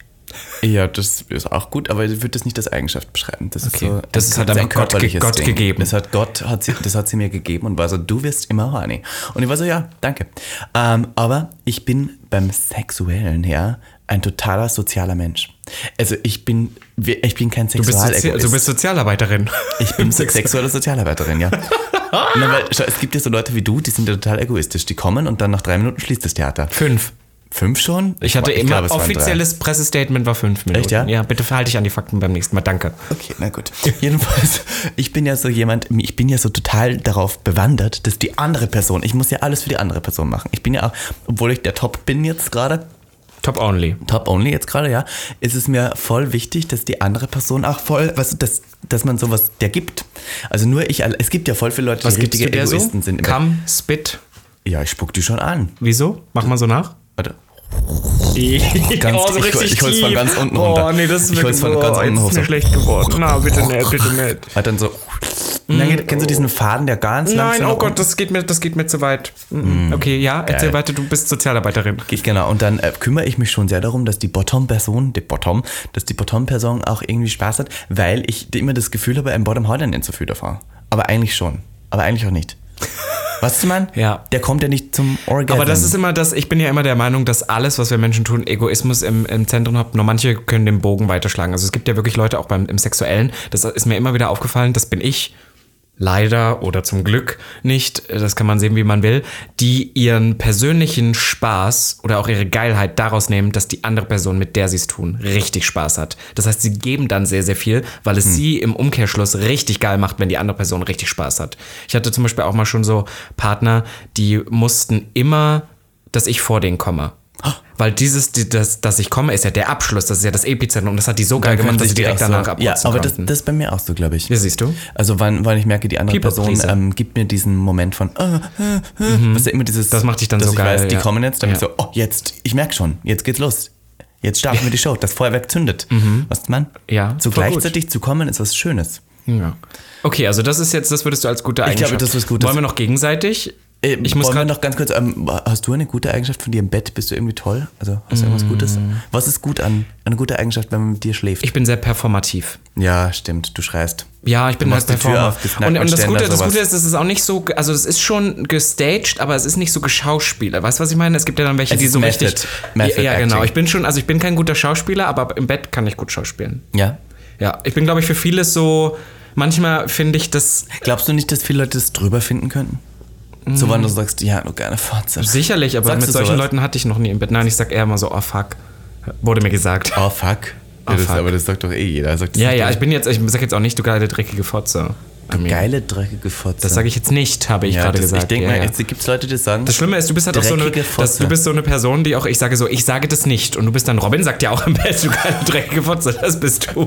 ja, das ist auch gut, aber ich würde das nicht als Eigenschaft beschreiben. Das
Okay.
ist so,
Das hat
ein
aber Gott ge-
körperliches
Gott
Ding.
gegeben.
Das hat Gott, hat sie, das hat sie mir gegeben und war so, du wirst immer horny. Und ich war so, ja, danke. Ähm, aber ich bin beim Sexuellen her ein totaler sozialer Mensch. Also ich bin, ich bin kein
Du bist,
Sexualegoist.
Sozi- also du bist Sozialarbeiterin.
Ich
(laughs)
bin sexuelle Sozialarbeiterin, ja. Na, weil, schau, es gibt ja so Leute wie du, die sind ja total egoistisch. Die kommen und dann nach drei Minuten schließt das Theater.
Fünf.
Fünf schon?
Ich hatte immer
glaube, es waren drei.
offizielles Pressestatement war fünf Minuten.
ja?
Ja, bitte verhalte dich an die Fakten beim nächsten Mal. Danke.
Okay, na gut. Jedenfalls, ich bin ja so jemand, ich bin ja so total darauf bewandert, dass die andere Person, ich muss ja alles für die andere Person machen. Ich bin ja auch, obwohl ich der Top bin jetzt gerade,
Top only.
Top Only jetzt gerade, ja, ist es mir voll wichtig, dass die andere Person auch voll, weißt du, dass, dass man sowas der gibt. Also nur ich, alle- es gibt ja voll viele Leute, die
Was gibt's
richtige
mit der so?
Egoisten sind.
Come, spit.
Ja, ich spuck die schon an.
Wieso? Mach mal so nach.
Warte.
Ganz,
Oh, so richtig
hol's
tief. Oh, nee, das ist
ich hol's
wirklich-
von ganz
oh,
unten
jetzt
hoch.
ist mir
schlecht geworden. Na, bitte nicht, (laughs) bitte nicht.
Hat dann so. Und dann geht, kennst du diesen Faden, der ganz
Hm. Nein,
langsam.
oh
nach
Gott, das geht mir, das geht mir zu weit. Mhm. Okay, ja, erzähl
Geil.
weiter, du bist Sozialarbeiterin.
Ich, genau, und dann äh, kümmere ich mich schon sehr darum, dass die Bottom-Person, die Bottom, dass die Bottom-Person auch irgendwie Spaß hat, weil
(laughs)
ich immer das Gefühl habe, ein Bottom hat ja nicht so viel davon. Aber eigentlich schon. Aber eigentlich auch nicht. Weißt du, ich meine?
Ja.
Der kommt ja nicht zum Orgasm.
Aber das ist immer das, ich bin ja immer der Meinung, dass alles, was wir Menschen tun, Egoismus im, im Zentrum hat. Nur manche können den Bogen weiterschlagen. Also es gibt ja wirklich Leute auch beim, im Sexuellen, das ist mir immer wieder aufgefallen, das bin ich. Leider oder zum Glück nicht, äh, das kann man sehen, wie man will, die ihren persönlichen Spaß oder auch ihre Geilheit daraus nehmen, dass die andere Person, mit der sie es tun, richtig Spaß hat. Das heißt, sie geben dann sehr, sehr viel, weil
Hm.
es sie im Umkehrschluss richtig geil macht, wenn die andere Person richtig Spaß hat. Ich hatte zum Beispiel auch mal schon so Partner, die mussten immer, dass ich vor denen komme. Weil dieses, die, das, dass ich komme, ist ja der Abschluss, das ist ja das Epizentrum. Das hat die so geil gemacht, dass sie direkt danach abrotzen
Ja, aber das,
konnten.
das ist bei mir auch so, glaube ich.
Ja, siehst du?
Also wann, wann ich merke, die andere
People
Person
pleaser.
ähm, gibt mir diesen Moment von, äh, äh, äh, was ja immer dieses,
Mhm. Das macht dich dann
dass
so
ich
geil,
Weiß, die
ja.
kommen jetzt, dann bin ich
Ja.
so, oh jetzt, ich merke schon, jetzt geht's los. Jetzt starten wir die Show, das Feuerwerk zündet. Weißt du, man?
Mhm. Ja,
So
voll gut.
gleichzeitig zu kommen ist was Schönes.
Ja. Okay, also das ist jetzt, das würdest du als gute Eigenschaft.
glaube, das ist gut.
Wollen wir noch gegenseitig?
Äh,
Ich muss
wollen wir
gerade.
noch ganz kurz, ähm, hast du eine gute Eigenschaft von dir im Bett? Bist du irgendwie toll? Also hast du irgendwas Gutes? Was ist gut an eine gute Eigenschaft, wenn man mit dir schläft?
Mm. Ich bin sehr performativ.
ja, stimmt, du schreist.
Ja, ich bin
Du
halt
machst die Tür
Performer.
auf, das
und
Nackt-
und das,
Ständer,
Gute, das
sowas.
Gute ist, es ist auch nicht so, ge- also es ist schon gestaged, aber es ist nicht so geschauspielert. Weißt du, was ich meine? Es gibt ja dann welche,
Es
die
ist
so
Method.
richtig.
Method
ja, ja, genau.
acting.
Ich bin schon, also ich bin kein guter Schauspieler, aber im Bett kann ich gut schauspielen.
Ja.
Ja, ich bin, glaube ich, für vieles so. Manchmal finde ich das
Glaubst du nicht, dass viele Leute das drüber finden könnten? So, wann du sagst, ja, nur gerne Fotze.
Hm. sicherlich, aber
Sagst
mit
du
solchen
sowas?
Leuten hatte ich noch nie im Bett. Nein, ich sag eher immer so, oh fuck. Wurde mir gesagt.
Oh, fuck.
Oh, fuck.
das sagt doch eh jeder. Sagt das
Ja,
nicht
ja,
jeder.
ich bin jetzt, ich sag jetzt auch nicht, du geile dreckige Fotze. Amir.
Geile, dreckige Fotze.
Das sage ich jetzt nicht, habe ich
ja,
gerade
das-
gesagt.
Ich denke
ja,
mal,
ja.
jetzt gibt es Leute, die sagen,
das Schlimme ist, du bist halt auch so eine,
dreckige
dass,
Fotze.
du bist so eine Person, die auch, ich sage so, ich sage das nicht. Und du bist dann Robin, sagt ja auch im Bett, du geile dreckige Fotze, das bist
(laughs)
du.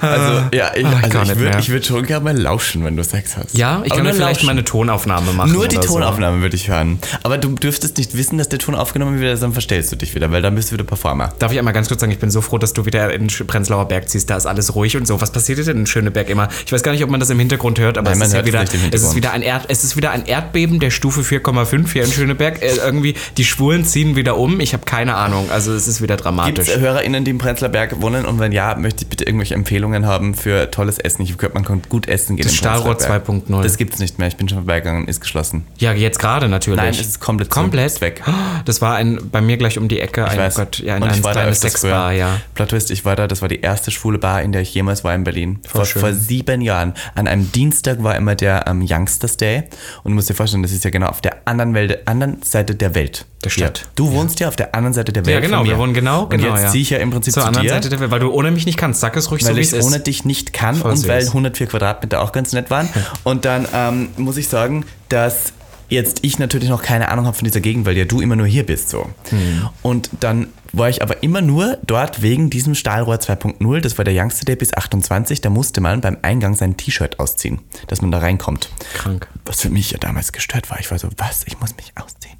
also,
Äh,
ja, ich,
ah,
also
kann
ich
nicht
würde
mehr.
ich würd schon gerne mal lauschen, wenn du Sex hast.
ja, ich
Aber
kann
nur
mir vielleicht
lauschen.
mal eine Tonaufnahme machen.
Nur die
oder so.
Tonaufnahme würde ich hören. Aber du dürftest nicht wissen, dass der Ton aufgenommen wird, dann verstellst du dich wieder, weil dann bist du wieder Performer.
Darf ich einmal ganz kurz sagen, ich bin so froh, dass du wieder in Sch- Prenzlauer Berg ziehst. Da ist alles ruhig und so. Was passiert denn in Schöneberg immer? Ich weiß gar nicht, ob man das im Hintergrund hört, aber
Nein, man
es, ist ja
hört es
wieder,
nicht im
es, ist
Hintergrund.
wieder ein Erd, es ist wieder ein Erdbeben der Stufe 4,5 hier in Schöneberg. Äh, irgendwie, die Schwulen ziehen wieder um. Ich habe keine Ahnung. Also es ist wieder
Gibt
dramatisch.
es HörerInnen, die im Prenzler Berg wohnen? Und wenn ja, möchte ich bitte irgendwelche Empfehlungen haben für tolles Essen. Ich habe gehört, man kann gut essen gehen. im
Stahlrohr
Prenzler Berg.
2.0.
Das gibt es nicht mehr. Ich bin schon vorbeigegangen, ist geschlossen.
ja, jetzt gerade natürlich.
Nein, es ist komplett zu.
komplett
Ist weg.
Das war ein, bei mir gleich um die Ecke. ein,
Ich weiß.
Oh Gott, ja, ein,
Und
ein
ich war da
kleines
öfters
Sexbar,
früher.
ja.
Plot Twist, ich war da, das war die erste schwule Bar, in der ich jemals war in Berlin. Vor,
Oh, schön.
vor sieben Jahren. An einem Dienstag war immer der ähm, Youngsters Day. Und du musst dir vorstellen, das ist ja genau auf der anderen, Welt, anderen Seite der Welt.
Der Stadt.
Ja. Du wohnst ja auf der anderen Seite der Welt.
Ja, genau,
von mir.
wir wohnen genau,
Und
genau.
jetzt
ja.
ziehe ich ja im Prinzip
Zur
zu
anderen
dir.
Seite der Welt, weil du ohne mich nicht kannst. Sag es ruhig
weil
so, wie es
ich
ist.
ohne dich nicht kann
Voll
und
süß.
weil 104 Quadratmeter auch ganz nett waren. Und dann ähm, muss ich sagen, dass jetzt ich natürlich noch keine Ahnung habe von dieser Gegend, weil ja du immer nur hier bist so.
Hm.
Und dann war ich aber immer nur dort wegen diesem Stahlrohr 2.0, das war der Youngster Day bis 28, da musste man beim Eingang sein T-Shirt ausziehen, dass man da reinkommt.
Krank.
Was für mich ja damals gestört war. Ich war so, was, ich muss mich ausziehen.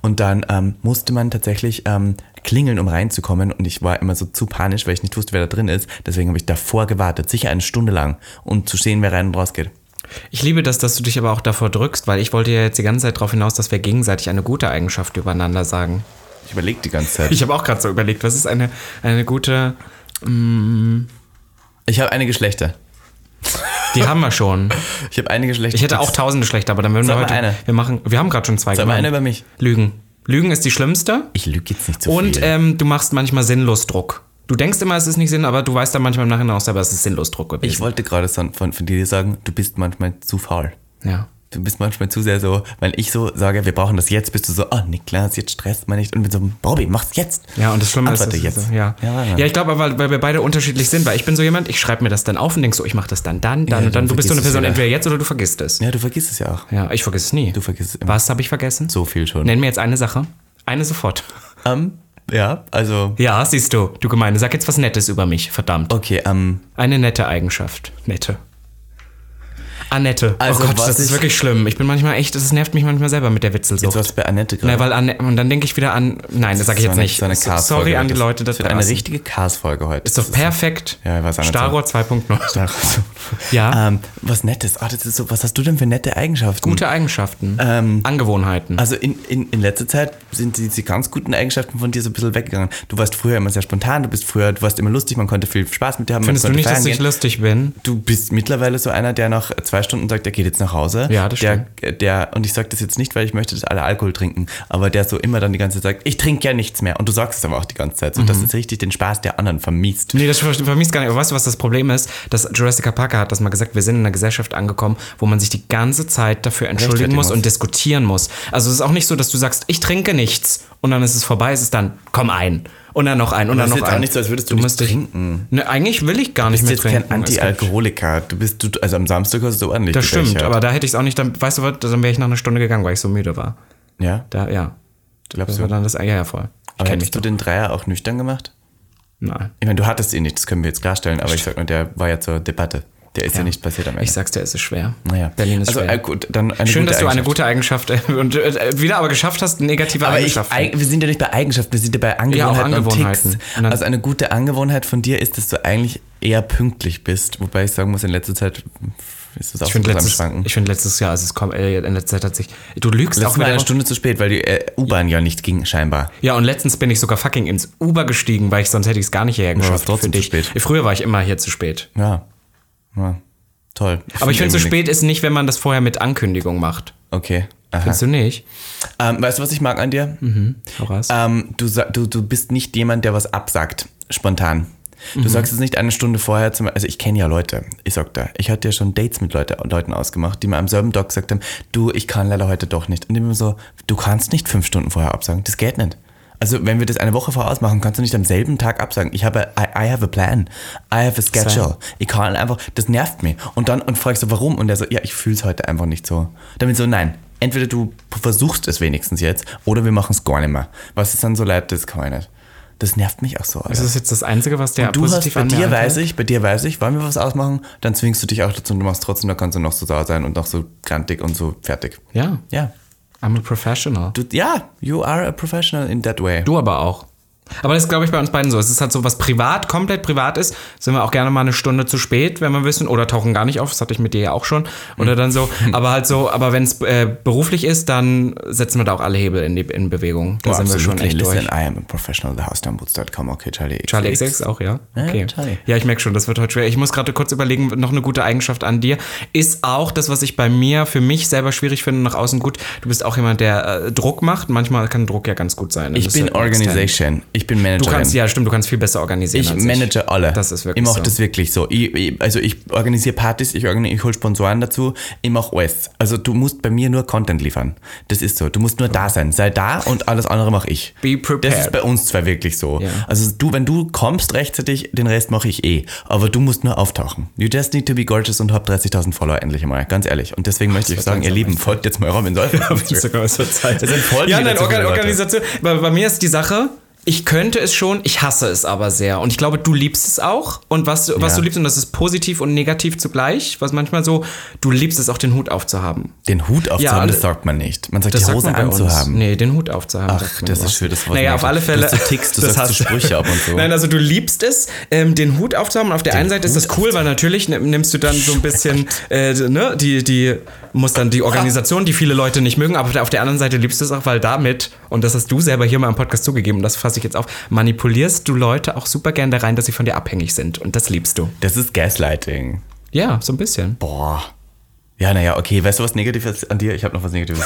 Und dann ähm, musste man tatsächlich ähm, klingeln, um reinzukommen. Und ich war immer so zu panisch, weil ich nicht wusste, wer da drin ist. Deswegen habe ich davor gewartet, sicher eine Stunde lang, um zu sehen, wer rein und rausgeht.
Ich liebe das, dass du dich aber auch davor drückst, weil ich wollte ja jetzt die ganze Zeit darauf hinaus, dass wir gegenseitig eine gute Eigenschaft übereinander sagen.
Ich überlege die ganze Zeit.
Ich habe auch gerade so überlegt, was ist eine, eine gute.
Ich habe eine Geschlechter.
Die haben wir schon.
Ich habe eine Geschlechter.
Ich hätte auch tausende schlechte, aber dann würden wir
Sag mal
heute.
eine.
Wir machen. Wir haben gerade schon zwei
Sag mal
gemacht.
eine über mich.
Lügen. Lügen ist die schlimmste.
Ich lüge jetzt nicht zu
Und
viel.
ähm, du machst manchmal sinnlos Druck. Du denkst immer, es ist nicht Sinn, aber du weißt dann manchmal im Nachhinein auch selber, es ist sinnlos Druck
ich
gewesen.
wollte gerade so von, von dir sagen, du bist manchmal zu faul.
ja.
Du bist manchmal zu sehr so, wenn ich so sage, wir brauchen das jetzt, bist du so, oh Niklas, jetzt stresst man nicht. Und mit so, Bobby, mach's jetzt.
Ja, und das Schlimme
Antworte
ist,
jetzt.
ist ja.
Ja,
Ja,
ja.
ich glaube aber, weil wir beide unterschiedlich sind, weil ich bin so jemand, ich schreibe mir das dann auf und denk so, ich mache das dann, dann, dann
Ja,
und dann.
dann
Du bist so eine
vergisst
Person,
du's wieder.
entweder jetzt oder du vergisst es.
Ja, du vergisst es ja auch.
Ja, ich vergesse es nie.
Du vergisst es immer.
Was habe ich vergessen?
So viel schon.
Nenn mir jetzt eine Sache. Eine sofort.
Ähm, ja, also.
Ja, siehst du, du Gemeine. Sag jetzt was Nettes über mich, verdammt.
Okay, ähm,
Eine nette Eigenschaft. Nette. Annette.
Also,
oh Gott,
was
das ist
ich-
wirklich schlimm. Ich bin manchmal echt, das nervt mich manchmal selber mit der Witzelsucht.
du hast bei Annette
Na,
gerade.
weil Anne, und dann denke ich wieder an, nein, das sage ich
So
jetzt
eine-
nicht.
So eine
So-
Cars-Folge
Sorry an
wird
die
das.
Leute da
Das wird eine
draußen.
richtige Cars-Folge heute.
Ist doch perfekt.
(laughs) Ja, ich weiß auch nicht,
Starohr 2.0.
Star Wars.
Ja.
Ähm, was Nettes. Ah, das ist so, was hast du denn für nette Eigenschaften?
Gute Eigenschaften. Angewohnheiten.
Ähm, Also in, in, in letzter Zeit sind diese ganz guten Eigenschaften von dir so ein bisschen weggegangen. Du warst früher immer sehr spontan, du bist früher, du warst immer lustig, man konnte viel Spaß mit dir haben.
Findest du
man konnte
nicht, dass
feiern
ich lustig bin?
du bist mittlerweile so einer, der nach zwei Stunden sagt, der geht jetzt nach Hause.
Ja, das
der, der Und ich sage das jetzt nicht, weil ich möchte, dass alle Alkohol trinken, aber der so immer dann die ganze Zeit sagt, ich trinke ja nichts mehr. Und du sagst es aber auch die ganze Zeit. So, dass es richtig den Spaß der anderen vermiest.
Nee, das ver- vermisst gar Mhm. nicht. Aber weißt du, was das Problem ist? Dass Jurassic Parker hat das mal gesagt, wir sind in einer Gesellschaft angekommen, wo man sich die ganze Zeit dafür entschuldigen
Rechtfertigen
muss
muss.
und diskutieren muss. Also es ist auch nicht so, dass du sagst, ich trinke nichts und dann ist es vorbei, es ist dann, komm ein. Und dann noch ein und dann
ist
noch
jetzt
ein.
auch nicht so, als würdest du nicht
musst dich-
trinken.
Ne, eigentlich will ich gar nicht
Du
mehr
bist jetzt
trinken.
kein Anti-Alkoholiker. Du bist, du, also am Samstag hast du ordentlich
Das stimmt,
gebechert.
aber da hätte ich es auch nicht, dann, weißt du was, dann wäre ich nach einer Stunde gegangen, weil ich so müde war.
Ja,
Da, ja.
glaubst
Das
du?
war dann das, ja, ja, voll. Ich
Aber
kenne mich
hättest du
doch.
den Dreier auch nüchtern gemacht?
Nein.
Ich meine, du hattest ihn nicht, das können wir jetzt klarstellen, aber ich sag nur, der war ja zur Debatte. Der ist ja, nicht passiert am Ende.
Ich sag's dir, es ist schwer.
naja.
Berlin ist
also,
schwer.
äh, gut, dann eine
Schön, dass
gute
du eine
Eigenschaft.
gute Eigenschaft äh, und äh, wieder aber geschafft hast, negative
Aber ich,
Eigenschaften.
eig- wir sind ja nicht bei Eigenschaften, wir sind ja bei Angewohnheiten,
Angewohnheiten.
und Ticks.
Und dann-
also eine gute Angewohnheit von dir ist, dass du eigentlich eher pünktlich bist. Wobei ich sagen muss, in letzter Zeit ist es auch
ich finde
so am
letztes,
Schwanken.
ich find letztes Jahr, also es kommt, äh, in letzter Zeit hat sich, du lügst
Letztes
auch
Mal
wieder.
eine Stunde zu spät, weil die äh, U-Bahn ja nicht ging, scheinbar.
Ja, und letztens bin ich sogar fucking ins Uber gestiegen, weil ich sonst hätte ich es gar nicht hierher geschafft.
trotzdem
für
zu
dich.
spät.
Früher war ich immer hier zu spät.
Ja. ja. Toll.
Aber ich finde, zu
irgendwie
spät ist nicht, wenn man das vorher mit Ankündigung macht.
nix. Okay. Aha.
Findest du nicht?
Ähm, weißt du, was ich mag an dir?
Horace?
Ähm, du, sa- du, du bist nicht jemand, der was absagt, spontan. Du sagst es nicht eine Stunde vorher zum Also ich kenne ja Leute, ich sag da, ich hatte ja schon Dates mit Leute, Leuten ausgemacht, die mir am selben Tag gesagt haben, du, ich kann leider heute doch nicht. Und die mir so, du kannst nicht fünf Stunden vorher absagen, das geht nicht. Also wenn wir das eine Woche vorher ausmachen, kannst du nicht am selben Tag absagen. Ich habe, I, I have a plan, I have a schedule. Ich kann halt einfach, das nervt mich. Und dann, und fragst du, warum? Und er so, ja, ich fühle es heute einfach nicht so. Damit so, nein, entweder du p- versuchst es wenigstens jetzt oder wir machen es gar nicht mehr. Was es dann so leid, das kann ich nicht. Das nervt mich auch so. Alter.
das ist jetzt das Einzige, was der
du hast,
positiv
bei
an mir
dir
anfällt.
weiß ich, bei dir weiß ich, wollen wir was ausmachen, dann zwingst du dich auch dazu und du machst trotzdem, da kannst du noch so da sein und noch so grantig und so fertig.
Ja,
Ja.
I'm a professional.
Du, ja, you are a professional in that way.
Du aber auch. Aber das ist, glaube ich, bei uns beiden so. Es ist halt so, was privat, komplett privat ist, sind wir auch gerne mal eine Stunde zu spät, wenn wir wissen, oder tauchen gar nicht auf, das hatte ich mit dir ja auch schon. Oder dann
(laughs)
so, aber halt so, aber wenn es äh, beruflich ist, dann setzen wir da auch alle Hebel in, die, in Bewegung. Da
Oh,
sind wir schon
absolutely.
echt
Listen,
durch.
I am a professional, the housetownboots.com, okay, Charlie XX.
Charlie XX auch, ja?
Ja,
Okay.
Charlie.
Ja, ich merke schon, das wird heute schwer. Ich muss gerade kurz überlegen, noch eine gute Eigenschaft an dir ist auch das, was ich bei mir für mich selber schwierig finde, nach außen gut. Du bist auch jemand, der äh, Druck macht. Manchmal kann Druck ja ganz gut sein. halt
Ich bin Organization, ich bin
Du
Managerin.
kannst, ja, stimmt, du kannst viel besser organisieren.
Ich
als
manage alle.
Das ist wirklich
Ich mache
so.
das wirklich so. Ich, ich, also ich organisiere Partys, ich, organi- ich hole Sponsoren dazu, ich mache alles. Also du musst bei mir nur Content liefern. Das ist so. Du musst nur da sein. Sei da und alles andere mache ich.
Be prepared.
Das ist bei uns zwei wirklich so.
Ja.
Also du, wenn du kommst rechtzeitig, den Rest mache ich eh. Aber du musst nur auftauchen. You just need to be gorgeous und hab 30.000 Follower endlich einmal. Ganz ehrlich. Und deswegen möchte ich sagen, ihr Lieben, folgt jetzt
(laughs)
mal Robin Solf. Es sind voll
ja,
viele
nein,
zu viele
Organ
Leute.
Organisation. Bei, bei mir ist die Sache, ich könnte es schon, ich hasse es aber sehr. Und ich glaube, du liebst es auch. Und was, du- was
Ja.
du liebst, und das ist positiv und negativ zugleich, was manchmal so, du liebst es auch, den Hut aufzuhaben.
Den Hut aufzuhaben,
Ja,
das sagt man nicht. Man sagt, die
sagt
Hose
man bei uns.
anzuhaben.
Nee, den Hut aufzuhaben.
Ach,
sagt man
das
aber.
ist schön, das Wort
Naja,
merke
auf
ich.
alle Fälle.
Du tickst,
(laughs)
du
das
sagst so
hast-
Sprüche ab und
(laughs)
so.
Nein, also du liebst es, ähm, den Hut aufzuhaben. Auf der einen Seite ist
Hut
das cool, weil natürlich nimm- nimmst du dann so ein
(laughs)
bisschen, äh, ne, die, die, muss dann die Organisation, die viele Leute nicht mögen, aber auf der anderen Seite liebst du es auch, weil damit, und das hast du selber hier mal im Podcast zugegeben, und das fasse ich jetzt auf, manipulierst du Leute auch super gerne da rein, dass sie von dir abhängig sind. Und das liebst du.
Das ist Gaslighting.
Ja, so ein bisschen.
Boah. Ja, naja, okay. Weißt du, was Negatives an dir? Ich habe noch was Negatives.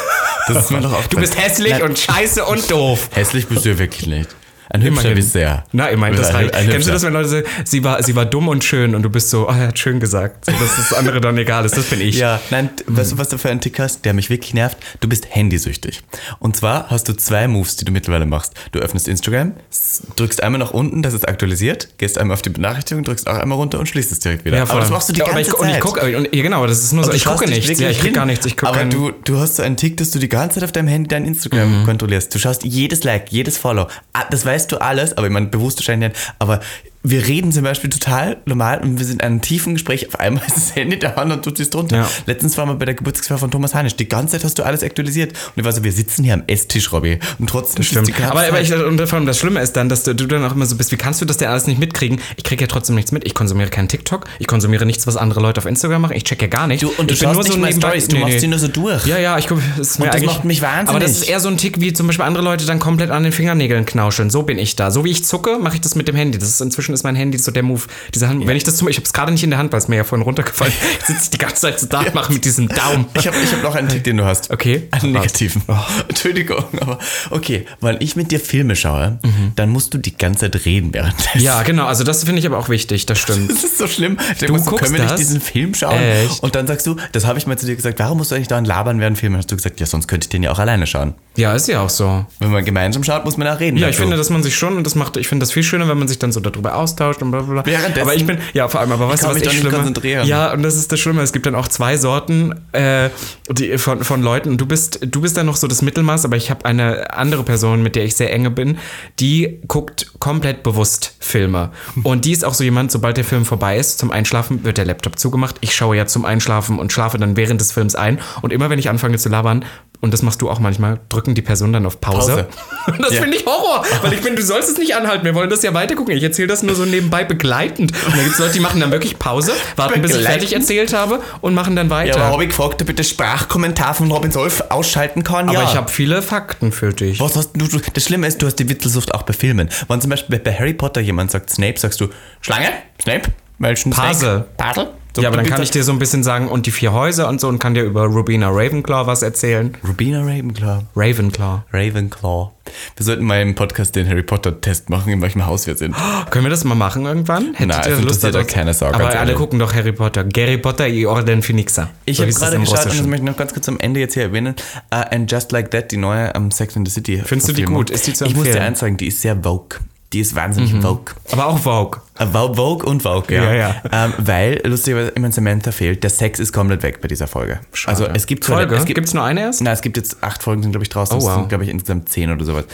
Das ist mir noch aufgefallen.
Oh Du bist hässlich
Nein,
und scheiße und doof.
hässlich bist du ja wirklich nicht. Ein hübscher
Immerhin.
bist du ja.
Na, immerhin, das
Ein-
reicht.
ein
Kennst du
Hübscher.
das, wenn Leute sagen, sie war, sie war dumm und schön und du bist so, oh, er hat schön gesagt. So, dass das andere dann egal ist, das bin ich.
Ja, nein, t- weißt du, was du für einen Tick hast, der mich wirklich nervt? Du bist handysüchtig. Und zwar hast du zwei Moves, die du mittlerweile machst. Du öffnest Instagram, s- drückst einmal nach unten, dass es aktualisiert, gehst einmal auf die Benachrichtigung, drückst auch einmal runter und schließt es direkt wieder.
voll.
aber das machst du die
Ja, aber
ganze
ich,
Zeit.
Und ich gucke, und, ja, genau, das ist nur so,
Du
ich
schaust
gucke
nicht
nichts, ja,
wirklich
ich krieg
hin,
gar nichts, ich gucke
Aber
keinen- Mhm.
du, du hast so einen Tick, dass du die ganze Zeit auf deinem Handy dein Instagram kontrollierst. Du schaust jedes Like, jedes Follow. Ah, Das weißt du alles, aber ich meine, bewusst wahrscheinlich nicht. Aber wir reden zum Beispiel total normal und wir sind in einem tiefen Gespräch. Auf einmal ist das Handy da und du ziehst drunter.
Ja.
Letztens waren wir bei der Geburtstagsfeier von Thomas Hanisch. Die ganze Zeit hast du alles aktualisiert. Und ich war so, wir sitzen hier am Esstisch, Robby. Und trotzdem ist die halt
Stimmt.
ganze
Aber, aber ich,
Zeit-
und vor allem das Schlimme ist dann, dass du, du dann auch immer so bist, wie kannst du das denn alles nicht mitkriegen? Ich kriege ja trotzdem nichts mit. Ich konsumiere keinen TikTok, ich konsumiere nichts, was andere Leute auf Instagram machen, ich check ja gar nicht.
Du- und du
ich bin
schaust nicht mal
nebenbei-
Stories, du machst die nur so durch.
Ja, ja, ich gucke, das ist mir
das
eigentlich-
macht mich wahnsinnig.
Aber das ist eher so ein Tick, wie zum Beispiel andere Leute dann komplett an den Fingernägeln knauscheln. So bin ich da. So wie ich zucke, mache ich das mit dem Handy. Das ist, inzwischen ist mein Handy so der Move. Diese Hand, Wenn ich das zum ich habe es gerade nicht in der Hand, weil es mir ja vorhin runtergefallen ist, sitze ich die ganze Zeit so
(laughs)
da und mache mit diesem Daumen.
Ich habe ich hab noch einen Tick, den du hast.
Okay. Oh.
Einen negativen. Entschuldigung, aber okay, weil ich mit dir Filme schaue, dann musst du die ganze Zeit reden währenddessen.
Mhm. ja, genau. Also das finde ich aber auch wichtig. Das stimmt.
Das ist so schlimm. Du mal, so,
guckst
können wir
das?
nicht diesen Film schauen?
Echt?
Und dann sagst du, das habe ich mal zu dir gesagt, warum musst du eigentlich da labern während Film? Hast du gesagt, ja, sonst könnte ich den ja auch alleine schauen.
Ja, ist ja auch so.
Wenn man gemeinsam schaut, muss man auch reden.
Ja, ich finde, dass man sich schon, und das macht, ich finde das viel schöner, wenn man sich dann so darüber austauscht und bla bla bla.
Währenddessen-
aber ich bin, ja, vor allem, aber weißt
kann
du, was
mich
ich
doch nicht
schlimmer?
konzentrieren.
Ja, und das ist das Schlimme. Es gibt dann auch zwei Sorten äh, die, von, von Leuten. Du bist, du bist dann noch so das Mittelmaß, aber ich habe eine andere Person, mit der ich sehr enge bin, die guckt komplett bewusst Filme. Und die ist auch so jemand, sobald der Film vorbei ist, zum Einschlafen wird der Laptop zugemacht. Ich schaue ja zum Einschlafen und schlafe dann während des Films ein. Und immer wenn ich anfange zu labern, und das machst du auch manchmal, drücken die Personen dann auf Pause. (laughs) Und das
Ja.
finde ich Horror, weil ich bin, du sollst es nicht anhalten. Wir wollen das ja weitergucken. Ich erzähle das nur so nebenbei begleitend. Und dann gibt es Leute, die machen dann wirklich Pause, warten, bis ich
Begleitend?
fertig erzählt habe und machen dann
Ja,
weiter.
aber Robby gefragt, ob ich das Sprachkommentar von Robin Solf ausschalten kann.
aber
ja.
ich habe viele Fakten für dich.
Was hast du, du, das Schlimme ist, du hast die Witzelsucht auch bei Filmen. Wenn zum Beispiel bei Harry Potter jemand sagt Snape, sagst du Schlange, Snape, Melchen,
Pase.
Pasel. So,
Ja, aber dann
du
kann ich
bist
dir so ein bisschen sagen, und die vier Häuser und so, und kann dir über Rubina Ravenclaw was erzählen.
dann- Rubina Ravenclaw.
Ravenclaw.
Ravenclaw. Wir sollten mal im Podcast den Harry Potter-Test machen, in welchem Haus wir sind.
Können wir das mal machen irgendwann? Hättet
Nein, also das interessiert
darauf?
ja keine Sau,
Aber
ganz
alle
ehrlich.
gucken doch Harry Potter. Harry Potter i Orden Phoenixa.
(gasps) Ich
So
habe
hieß das
gerade
im
geschaut, und das
Russischen.
möchte ich noch ganz kurz am Ende jetzt hier erwähnen, äh, And Just Like That, die neue am Sex and the City.
Findest du die
Verfilmung.
gut? Ist die zu
Ich muss dir
empfehlen?
eins sagen, die ist sehr Vogue. Die ist wahnsinnig Vogue.
Aber auch Vogue.
Äh, Vau- Vogue und Vogue,
Ja,
ja.
ja.
Ähm, weil, lustigerweise, immer Samantha fehlt, der Sex ist komplett weg bei dieser Folge. Also es gibt zwar-
Folge?
Es gibt,
Gibt's nur eine erst?
na, es gibt jetzt acht Folgen, sind glaube ich draußen.
Oh,
Es
wow. Mhm.
sind glaube ich insgesamt zehn oder sowas.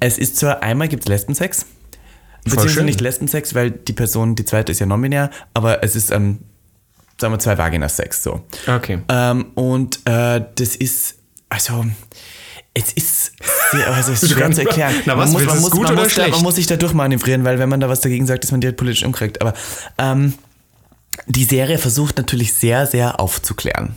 Es ist zwar, einmal gibt es Lesbensex. Beziehungsweise
schön.
nicht Lesbensex, weil die Person, die zweite ist ja nominär, aber es ist, ähm, sagen wir, zwei Vaginasex so.
Okay.
Ähm, und äh, das ist, also, es ist, sehr,
(laughs)
also es ist schwer
kannst-
zu erklären.
Na, was, willst
man,
du's
muss,
gut
man,
oder
muss da, man
schlecht?
muss sich da durchmanövrieren, weil wenn man da was dagegen sagt, ist man direkt politisch umkriegt. Aber ähm, die Serie versucht natürlich sehr, sehr aufzuklären.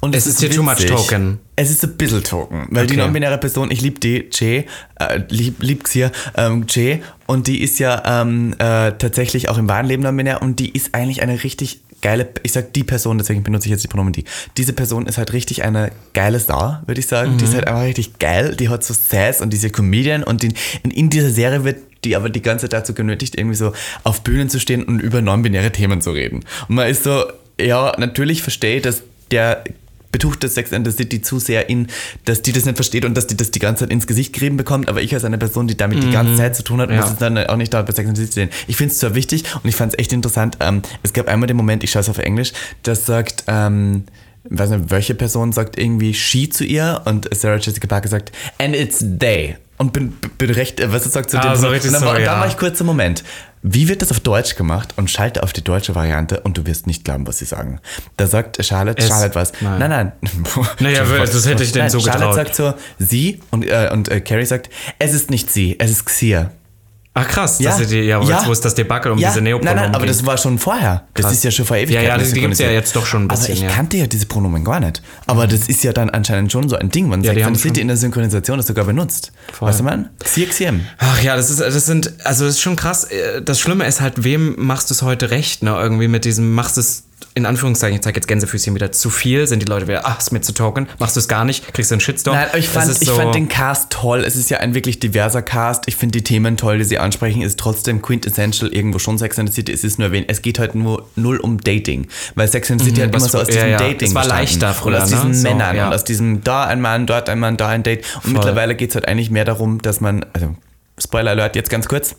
Und
Es ist hier too much token.
Es ist ein bisschen Token, weil die
Okay.
non-binäre Person, ich lieb die, Jay, äh, lieb, lieb's hier, ähm, Jay, und die ist ja ähm, äh, tatsächlich auch im wahren Leben non-binär und die ist eigentlich eine richtig geile, ich sag die Person, deswegen benutze ich jetzt die Pronomen die. Diese Person ist halt richtig eine geile Star, würde ich sagen. Die ist halt einfach richtig geil, die hat so Sass und diese Comedian und, den, und in dieser Serie wird die aber die ganze Zeit dazu genötigt, irgendwie so auf Bühnen zu stehen und über non-binäre Themen zu reden. Und man ist so, ja, natürlich verstehe ich, dass der betuchte Sex and the City zu sehr in, dass die das nicht versteht und dass die das die ganze Zeit ins Gesicht gerieben bekommt, aber ich als eine Person, die damit die ganze Zeit zu tun hat, muss
Mhm. Ja.
es dann auch nicht dauernd bei Sex and the City sehen. Ich finde es zwar wichtig und ich fand es echt interessant, ähm, es gab einmal den Moment, ich schaue es auf Englisch, das sagt, ähm, ich weiß nicht, welche Person sagt irgendwie she zu ihr und Sarah Jessica Parker sagt, and it's they. Und bin, bin recht, äh, was sie sagt zu
Ah,
dem.
so richtig
und dann, war-
so,
und dann
ja.
war ich kurzer Moment. Wie wird das auf Deutsch gemacht? Und schalte auf die deutsche Variante und du wirst nicht glauben, was sie sagen. Da sagt Charlotte,
Es-
Charlotte was.
nein.
Nein, nein.
(laughs)
(laughs)
Naja, weil das hätte ich denn
Nein,
so
Charlotte
getraut.
sagt so, sie und, äh, und äh, Carrie sagt, es ist nicht sie, es ist Xia.
Ach krass, dass sie die, ja, aber jetzt wo es das Debakel um diese Neopronomen
Nein, nein, aber
ging.
das war schon vorher. Das
Krass.
ist ja schon vor
Ja,
Ewigkeiten.
ja, die gibt's ja
synchronisiert.
jetzt doch schon ein bisschen,
Aber ich
ja.
kannte ja diese Pronomen gar nicht. Aber das ist ja dann anscheinend schon so ein Ding, wenn
die
Sex
haben
and the City
schon-
in der Synchronisation das sogar benutzt. Weißt du, man? Xia, Xiem.
Ach ja, das ist, das sind, also das ist schon krass. Äh, Das Schlimme ist halt, wem machst du es heute recht, ne? Irgendwie mit diesem, machst du es in Anführungszeichen, ich zeig jetzt Gänsefüßchen wieder zu viel, sind die Leute wieder, ach, ist mir zu token, machst du es gar nicht, kriegst du einen Shitstorm.
Nein, aber ich
Es
fand,
ist
ich
so-
fand den Cast toll. Es ist ja ein wirklich diverser Cast. Ich finde die Themen toll, die sie ansprechen. Ist trotzdem quintessential irgendwo schon Sex and the City. Es ist nur erwähnt. Es geht halt nur null um Dating. Weil Sex and the City hat immer
Mhm, was-
so aus
ja,
diesem
ja.
Dating.
Es war
bestanden.
leichter früher,
Und aus
ne?
diesen
So,
Männern.
ja.
Und aus diesem da ein Mann, dort ein Mann, da ein Date. Und mittlerweile geht es halt eigentlich mehr darum, dass man, also Spoiler Alert jetzt ganz kurz.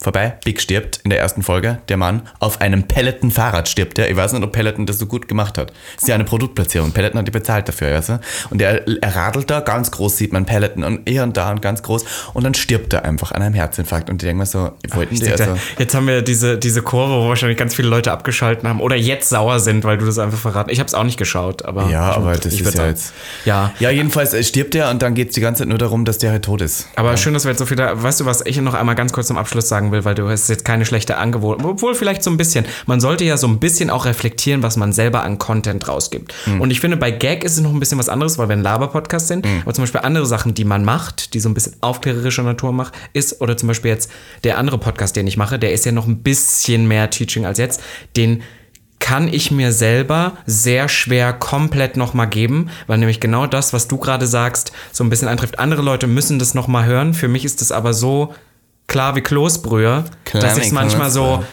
vorbei. Big stirbt in der ersten Folge, der Mann. Auf einem Pelleten-Fahrrad stirbt er. Ich weiß nicht, ob Pelleten das so gut gemacht hat. Das ist ja eine Produktplatzierung. Pelleten hat die bezahlt dafür, weißt du? Und er, er radelt da, ganz groß sieht man Pelleten und hier und da und ganz groß. Und dann stirbt er einfach an einem Herzinfarkt. Und die denken mir so, wollten
Ich
die
dachte,
also.
Jetzt haben wir diese, diese Kurve, wo wahrscheinlich ganz viele Leute abgeschalten haben oder jetzt sauer sind, weil du das einfach verraten. Ich habe es auch nicht geschaut, aber
Ja, aber das
ich
ist
würd's
ja
auch-
jetzt-
ja.
Ja, jedenfalls äh, stirbt er und dann geht es die ganze Zeit nur darum, dass der halt tot ist.
Aber schön, dass wir jetzt so viel da. Weißt du, was ich noch einmal ganz kurz zum Abschluss sagen will, weil du hast jetzt keine schlechte Angewohnheit. Obwohl, vielleicht so ein bisschen. Man sollte ja so ein bisschen auch reflektieren, was man selber an Content rausgibt. Und ich finde, bei Gag ist es noch ein bisschen was anderes, weil wir ein Laber-Podcast sind. Aber zum Beispiel andere Sachen, die man macht, die so ein bisschen aufklärerischer Natur macht, ist, oder zum Beispiel jetzt der andere Podcast, den ich mache, der ist ja noch ein bisschen mehr Teaching als jetzt, den kann ich mir selber sehr schwer komplett nochmal geben, weil nämlich genau das, was du gerade sagst, so ein bisschen eintrifft. Andere Leute müssen das nochmal hören. Für mich ist das aber so klar wie Kloßbrühe,
Klar
dass
wie
ich es manchmal so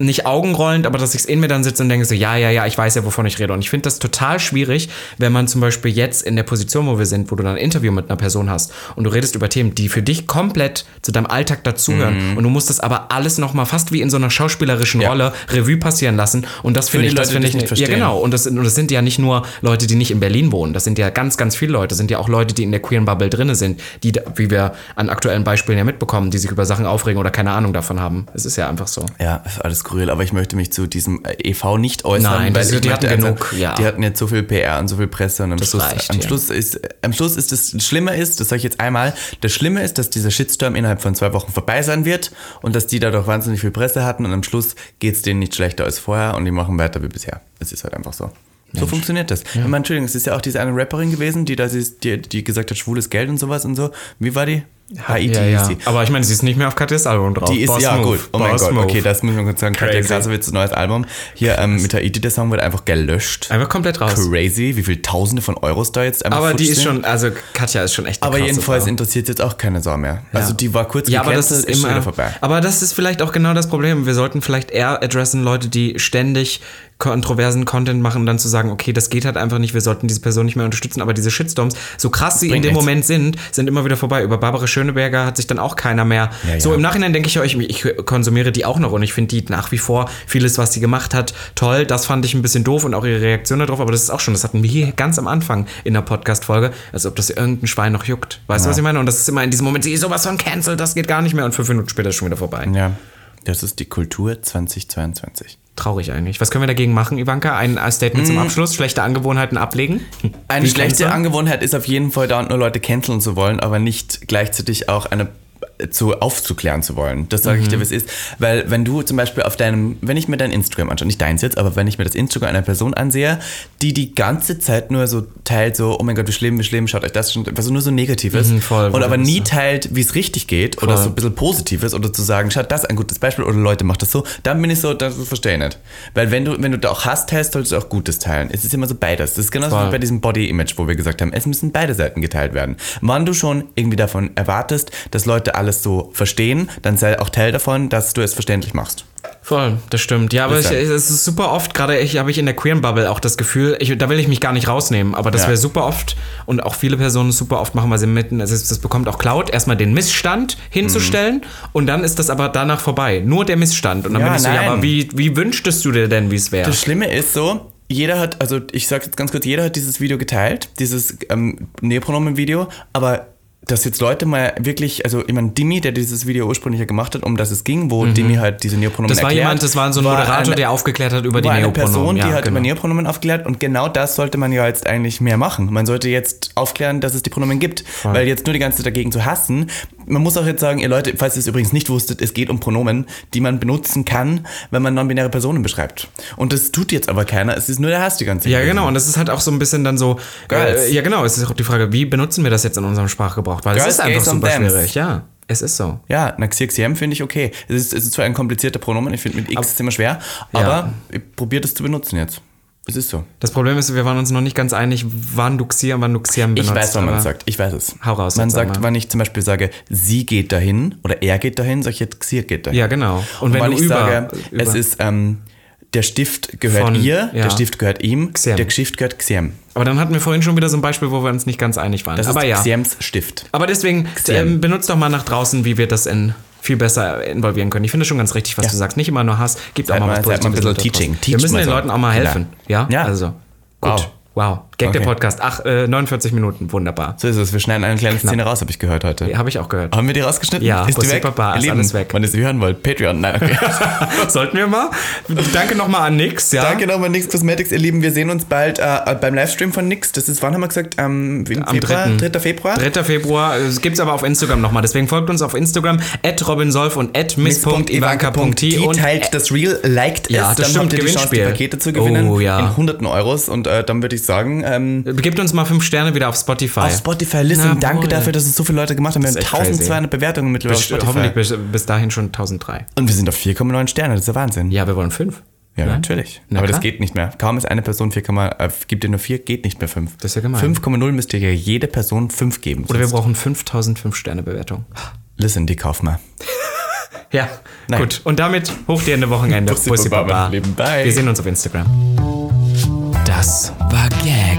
nicht augenrollend, aber dass ich es in mir dann sitze und denke so, ja, ja, ja, ich weiß ja, wovon ich rede. Und ich finde das total schwierig, wenn man zum Beispiel jetzt in der Position, wo wir sind, wo du dann ein Interview mit einer Person hast und du redest über Themen, die für dich komplett zu deinem Alltag dazuhören. Und du musst das aber alles nochmal fast wie in so einer schauspielerischen
Mhm. Ja.
Rolle Revue passieren lassen. Und das
Für
finde
die
ich, das
Leute,
finde
die
ich
es nicht
Ja,
verstehen.
genau. Und das, sind- und das sind ja nicht nur Leute, die nicht in Berlin wohnen. Das sind ja ganz, ganz viele Leute. Das sind ja auch Leute, die in der queeren Bubble drinne sind, die, da- wie wir an aktuellen Beispielen ja mitbekommen, die sich über Sachen aufregen oder keine Ahnung davon haben. Es ist ja einfach so.
Ja, ist alles skurril, aber ich möchte mich zu diesem äh, EV nicht äußern.
Nein,
weil
das-
ich
die
möchte
hatten
einfach-
genug, ja.
Die hatten jetzt so viel PR und so viel Presse und am, Schluss,
reicht,
am,
ja.
Schluss, ist, am Schluss ist es, das Schlimme ist, das sage ich jetzt einmal, das Schlimme ist, dass dieser Shitstorm innerhalb von zwei Wochen vorbei sein wird und dass die dadurch wahnsinnig viel Presse hatten und am Schluss geht's denen nicht schlechter als vorher und die machen weiter wie bisher. Es ist halt einfach so. So funktioniert das. Ich meine, Entschuldigung, es ist ja auch diese eine Rapperin gewesen, die, da, sie- die, die gesagt hat, schwules Geld und sowas und so. Wie war die? Haiti
Ja,
hieß
ja.
sie.
Aber ich meine, sie ist nicht mehr auf Katjas Album drauf.
Die ist,
Boss
ja
Move.
gut. Oh mein
Boss
Gott,
Move.
okay, das müssen wir kurz sagen. Katja
Crazy.
Krasowitz, neues Album. Hier ähm, mit Haiti, der Song wird einfach gelöscht.
Einfach komplett raus.
Crazy, wie viel Tausende von Euros da jetzt einfach
Aber die
futsch
ist
sind.
schon, also Katja ist schon echt eine
Aber
krasse
jedenfalls
Frau.
interessiert jetzt auch keine Sau mehr. Also die war kurz
Ja, aber das
gecancelt,
ist immer.
schon wieder vorbei.
Aber das ist vielleicht auch genau das Problem. Wir sollten vielleicht eher adressen Leute, die ständig kontroversen Content machen, dann zu sagen, okay, das geht halt einfach nicht, wir sollten diese Person nicht mehr unterstützen, aber diese Shitstorms, so krass sie in
bringt
dem
nichts.
Moment sind, sind immer wieder vorbei. Über Barbara Schöneberger hat sich dann auch keiner mehr.
ja.
So im Nachhinein denke ich euch, ich konsumiere die auch noch und ich finde die nach wie vor vieles, was sie gemacht hat, toll. Das fand ich ein bisschen doof und auch ihre Reaktion darauf, aber das ist auch schon, das hatten wir hier ganz am Anfang in der Podcast-Folge, als ob das irgendein Schwein noch juckt. Weißt du, was ich meine? Und das ist immer in diesem Moment, sie ist sowas von cancelled, das geht gar nicht mehr und fünf Minuten später ist schon wieder vorbei.
Ja, das ist die Kultur 2022.
Traurig eigentlich. Was können wir dagegen machen, Ivanka? Ein äh, Statement zum Abschluss? Schlechte Angewohnheiten ablegen?
Hm. Eine
Wie
schlechte
canceln?
Angewohnheit ist auf jeden Fall da und nur Leute canceln zu wollen, aber nicht gleichzeitig auch eine äh, zu aufzuklären zu wollen. Das
Mhm.
sage ich dir, was ist. Weil wenn du zum Beispiel auf deinem, wenn ich mir dein Instagram anschaue, nicht deins jetzt, aber wenn ich mir das Instagram einer Person ansehe, die die ganze Zeit nur so teilt, so, oh mein Gott, wir schlimm, wir schlimm, schaut euch das schon, also nur so Negatives.
Mhm, voll,
und aber
das
nie teilt, wie es halt, richtig geht oder
Voll.
so ein bisschen Positives oder zu sagen, schaut, das ist ein gutes Beispiel oder Leute, macht das so, dann bin ich so, das verstehe ich nicht. Weil wenn du, wenn du da auch Hass teilst, solltest du auch Gutes teilen. Es ist immer so beides. Das ist genauso
Voll.
wie bei diesem Body-Image, wo wir gesagt haben, es müssen beide Seiten geteilt werden. Wann du schon irgendwie davon erwartest, dass Leute alles so verstehen, dann sei auch Teil davon, dass du es verständlich machst.
Voll, das stimmt. Ja, aber ich,
Ist ja-
es ist super oft, gerade ich, habe ich in der queeren Bubble auch das Gefühl, ich, da will ich mich gar nicht rausnehmen, aber das
Ja.
wir super oft und auch viele Personen super oft machen, weil sie mitten, es ist, das bekommt auch Cloud, erstmal den Missstand hinzustellen und dann ist das aber danach vorbei. Nur der Missstand. Und dann
Mhm. Ja,
bin ich so,
nein.
ja, aber wie, wie wünschtest du dir denn, wie es wäre?
Das Schlimme ist so, jeder hat, also ich sag jetzt ganz kurz, jeder hat dieses Video geteilt, dieses ähm, Neopronomen-Video, aber dass jetzt Leute mal wirklich, also ich meine, Dimi, der dieses Video ursprünglich ja gemacht hat, um das es ging, wo Dimi halt diese Neopronomen
Mhm. Das war
erklärt,
jemand, das war so ein Moderator,
eine-
der aufgeklärt hat über die
war eine
Neopronomen.
Person, die
ja, genau.
hat über Neopronomen aufgeklärt und genau das sollte man ja jetzt eigentlich mehr machen. Man sollte jetzt aufklären, dass es die Pronomen gibt, weil jetzt nur die ganze Zeit dagegen zu hassen. Man muss auch jetzt sagen, ihr Leute, falls ihr es übrigens nicht wusstet, es geht um Pronomen, die man benutzen kann, wenn man non-binäre Personen beschreibt. Und das tut jetzt aber keiner, es ist nur der Hass die ganze Zeit.
Ja, genau. Und das ist halt auch so ein bisschen dann so.
Girls.
Äh, ja, genau. Es ist auch die Frage, wie benutzen wir das jetzt in unserem Sprachgebrauch? Weil
Girls,
es ist einfach
gays und
super
dance.
schwierig. Ja, es ist so.
Ja, na, Xie Xiem finde ich okay. Es ist, es ist zwar ein komplizierter Pronomen, ich finde mit X ist es immer schwer, aber probiert es zu benutzen jetzt. Es ist so.
Das Problem ist, wir waren uns noch nicht ganz einig, wann du Xia und wann du Xiam benutzt.
Ich weiß, wann man
aber-
es sagt. Ich weiß es.
Hau raus
Man
jetzt
sagt,
einmal.
wann ich zum Beispiel sage, sie geht dahin oder er geht dahin, sag ich jetzt, sie geht dahin.
Ja, genau. Und,
Und
wenn
wann
du
ich
über,
sage,
über
es ist, ähm, der Stift gehört
Von-
ihr,
ja.
der Stift gehört ihm,
Xem.
der Stift gehört Xiem.
Aber dann hatten wir vorhin schon wieder so ein Beispiel, wo wir uns nicht ganz einig waren.
Das
aber
ist
ja.
Xiems Stift.
Aber deswegen
Xem.
ähm, benutzt doch mal nach draußen, wie wir das in viel besser involvieren können. Ich finde schon ganz richtig, was
Ja.
du sagst. Nicht immer nur Hass, gibt auch
Seid
mal was
mal- seid mal ein
Positives
bisschen
mit
teaching.
draus. Wir
Teach
müssen
mal
den
so. Genau.
Leuten auch mal helfen. Ja,
Ja.
also. Gut. Wow.
Wow.
Gag der
Okay.
Podcast. Ach, äh, 49 Minuten. Wunderbar.
So ist es. Wir schneiden eine kleine Szene raus, habe ich gehört heute.
Habe ich auch gehört. (laughs)
(laughs) Haben wir die rausgeschnitten?
Ja,
ist die
Bussi
weg?
Papa,
Ihr
ist
Lieben,
alles weg.
Wenn ihr sie hören wollt, Patreon. Nein, okay.
(laughs) Sollten wir mal? Danke nochmal an Nix. Ja?
Danke nochmal, Nix Cosmetics, ihr Lieben. Wir sehen uns bald äh, beim Livestream von Nix. Das ist, wann haben wir gesagt? Ähm, im
Am
Februar?
dritten.
3. Februar?
3. Februar, es gibt's aber auf Instagram nochmal. Deswegen folgt uns auf Instagram, at robinsolf und at miss.ivanka.t
Die
und
teilt das Reel, liked
Ja, das
es, dann
stimmt,
habt ihr die Chance, die
Gewinnspiel.
Pakete zu gewinnen
Oh, ja.
in hunderten Euros und äh, dann würde ich sagen, ähm,
gebt uns mal fünf Sterne wieder auf Spotify.
auf Spotify listen,
Na,
danke
wohl.
dafür, dass es so viele Leute gemacht haben. Wir haben
ist echt crazy.
1200 Bewertungen mittlerweile auf
Best- Hoffentlich
Spotify.
bis, bis dahin schon 1003.
Und wir sind auf 4,9 Sterne, das ist der Wahnsinn.
Ja, wir wollen fünf.
Ja,
Nein?
natürlich.
Na
Aber das
klar.
geht nicht mehr. Kaum ist eine Person 4, äh, gibt dir nur 4, geht nicht mehr 5.
Das ist ja gemein.
5,0 müsst ihr ja jede Person 5 geben.
Oder wir brauchen 5000 Fünf-Sterne-Bewertung.
Listen, die kauf mal.
Ja,
Nein.
gut. Und damit hoch dir eine Wochenende.
Bussi Baba, mein Lieben. Bye.
Wir sehen uns auf Instagram. Das war Gag.